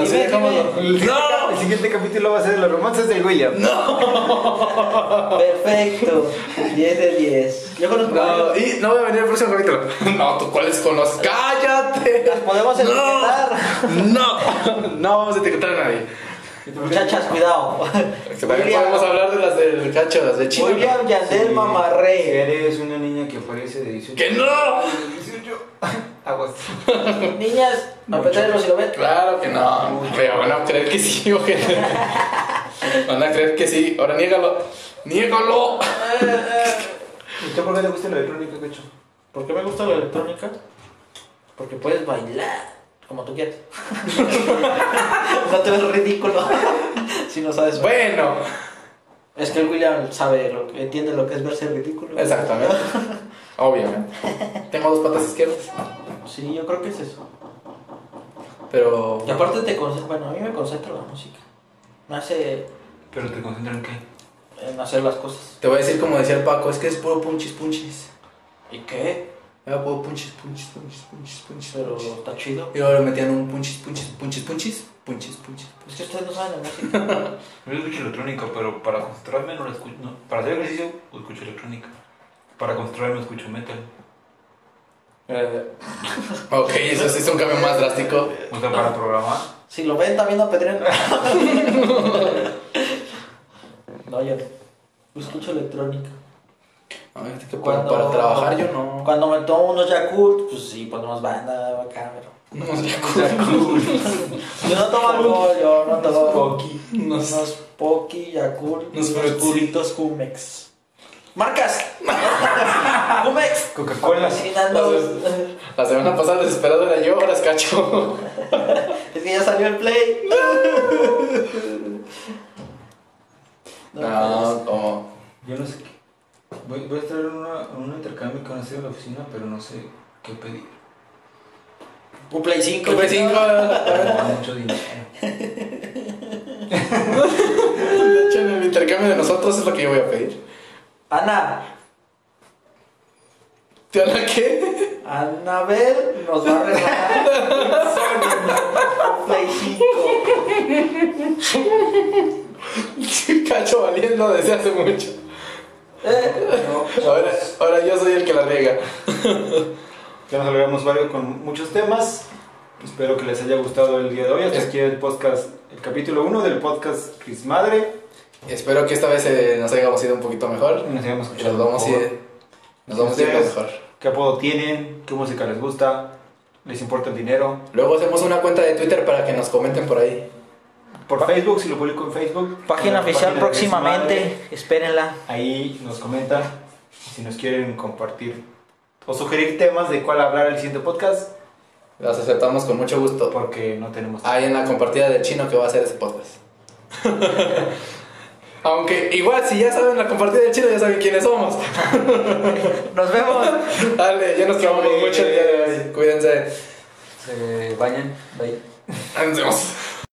[SPEAKER 2] Así
[SPEAKER 3] Dime,
[SPEAKER 2] dejámoslo.
[SPEAKER 3] dime.
[SPEAKER 1] El siguiente capítulo va a ser los romances del William.
[SPEAKER 3] Perfecto. 10 de 10. Yo conozco varios.
[SPEAKER 2] No, y no voy a venir el próximo capítulo. <laughs> No, tú cuáles conoces. ¡Cállate!
[SPEAKER 3] Las podemos etiquetar.
[SPEAKER 2] No, no, no vamos a etiquetar a nadie.
[SPEAKER 3] Muchachas, cuidado.
[SPEAKER 2] También podemos hablar de las del cacho, las de Chino.
[SPEAKER 3] William Yandel
[SPEAKER 1] Sí. Si
[SPEAKER 3] Mamarrey.
[SPEAKER 1] eres una niña que parece de 18.
[SPEAKER 2] ¡Que no!
[SPEAKER 1] De <laughs> 18. Agosto.
[SPEAKER 3] Niñas, apretarlo si lo ven.
[SPEAKER 2] Claro que no. Pero van a creer que sí, <laughs> ojete. Van a creer que sí. Ahora niégalo. ¡Niégalo!
[SPEAKER 4] ¿Y usted por qué le gusta la electrónica, cacho?
[SPEAKER 3] ¿Por qué me gusta la electrónica? Porque puedes bailar como tú quieras. <laughs> no te ves ridículo <laughs> si no sabes. bailar.
[SPEAKER 2] Bueno,
[SPEAKER 3] Es que el William sabe, lo que- entiende lo que es verse ridículo.
[SPEAKER 2] exactamente. Obviamente. Tengo dos patas izquierdas.
[SPEAKER 3] Sí, yo creo que es eso.
[SPEAKER 2] Pero.
[SPEAKER 3] Y aparte te concentra, bueno, a mí me concentra la música. Me hace
[SPEAKER 1] ¿Pero te concentran en qué?
[SPEAKER 3] en hacer las cosas.
[SPEAKER 2] Te voy a decir como decía el Paco: es que es puro punchis, punchis.
[SPEAKER 3] ¿Y qué?
[SPEAKER 2] Era puro punchis, punchis, punchis, punchis, punchis.
[SPEAKER 3] Pero
[SPEAKER 2] punchis.
[SPEAKER 3] está chido.
[SPEAKER 2] Y luego le metían un punchis, punchis, punchis, punchis. Punchis, punchis.
[SPEAKER 3] Es que ustedes no saben la música.
[SPEAKER 1] Yo escucho electrónica, pero para concentrarme no la escucho. no. Para hacer ejercicio, escucho electrónica. Para concentrarme, escucho metal.
[SPEAKER 2] Eh, Ok, eso sí es un cambio más drástico.
[SPEAKER 1] O sea, para programar.
[SPEAKER 3] <laughs> Si lo ven también a <laughs> Pedrero. no, yo no. escucho electrónica.
[SPEAKER 2] Ay, que para, para trabajar yo no.
[SPEAKER 3] Cuando me tomo unos Yakult, pues sí, ponemos banda acá, pero.
[SPEAKER 2] No sé,
[SPEAKER 3] <laughs> Yo no tomo alcohol, yo no tomo.
[SPEAKER 1] Pocky.
[SPEAKER 2] unos-
[SPEAKER 3] Unos Poki, Yakult,
[SPEAKER 2] Unos
[SPEAKER 3] unos,
[SPEAKER 2] Fruitsy.
[SPEAKER 3] culitos Cumex. ¡Marcas! <laughs> ¡Cumex!
[SPEAKER 1] Coca-Cola.
[SPEAKER 3] Patrocinando.
[SPEAKER 2] La semana pasada desesperado era yo, ahora es cacho.
[SPEAKER 3] Es que ya salió el play.
[SPEAKER 2] No, como.
[SPEAKER 3] No, pues,
[SPEAKER 2] Ah, oh.
[SPEAKER 1] Yo no sé qué. Voy, voy a estar en, una- en un intercambio que van a hacer en la oficina, pero no sé qué pedir.
[SPEAKER 3] Un Play 5.
[SPEAKER 2] Compré cinco.
[SPEAKER 1] Pero no mucho dinero.
[SPEAKER 2] De hecho, en el intercambio de nosotros es lo que yo voy a pedir.
[SPEAKER 3] Ana,
[SPEAKER 2] ¿Te habla qué?
[SPEAKER 3] Anabel nos va a regalar un Play 5.
[SPEAKER 2] Cacho valiendo desde hace mucho.
[SPEAKER 3] Eh,
[SPEAKER 2] Ahora, ahora yo soy el que la riega.
[SPEAKER 4] Ya nos alargamos varios con muchos temas. Espero que les haya gustado el día de hoy. Hasta
[SPEAKER 2] Es-
[SPEAKER 4] aquí el podcast, el capítulo 1 del podcast Cris Madre.
[SPEAKER 2] Espero que esta vez eh, nos hayamos ido un poquito mejor.
[SPEAKER 4] Nos hayamos
[SPEAKER 2] Y
[SPEAKER 4] escuchado.
[SPEAKER 2] Nos vamos a
[SPEAKER 4] por favor.
[SPEAKER 2] ir. Nos vamos a ir lo mejor.
[SPEAKER 4] ¿Qué apodo tienen? ¿Qué música les gusta? ¿Les importa el dinero?
[SPEAKER 2] Luego hacemos una cuenta de Twitter para que nos comenten por ahí.
[SPEAKER 4] Por Facebook, si lo publico en Facebook.
[SPEAKER 3] Página
[SPEAKER 4] en la
[SPEAKER 3] oficial
[SPEAKER 4] página de Cris Madre.
[SPEAKER 3] próximamente, espérenla.
[SPEAKER 4] Ahí nos comentan si nos quieren compartir o sugerir temas de cuál hablar el siguiente podcast,
[SPEAKER 2] Las aceptamos con mucho gusto.
[SPEAKER 4] porque no tenemos tiempo.
[SPEAKER 2] Ahí en la compartida del chino que va a hacer ese podcast. Aunque igual si ya saben la compartida del chino ya saben quiénes somos.
[SPEAKER 3] Nos vemos.
[SPEAKER 2] <laughs> Dale, ya nos quedamos mucho el día de hoy. Cuídense.
[SPEAKER 1] Se bañan, bye.
[SPEAKER 2] Nos vemos.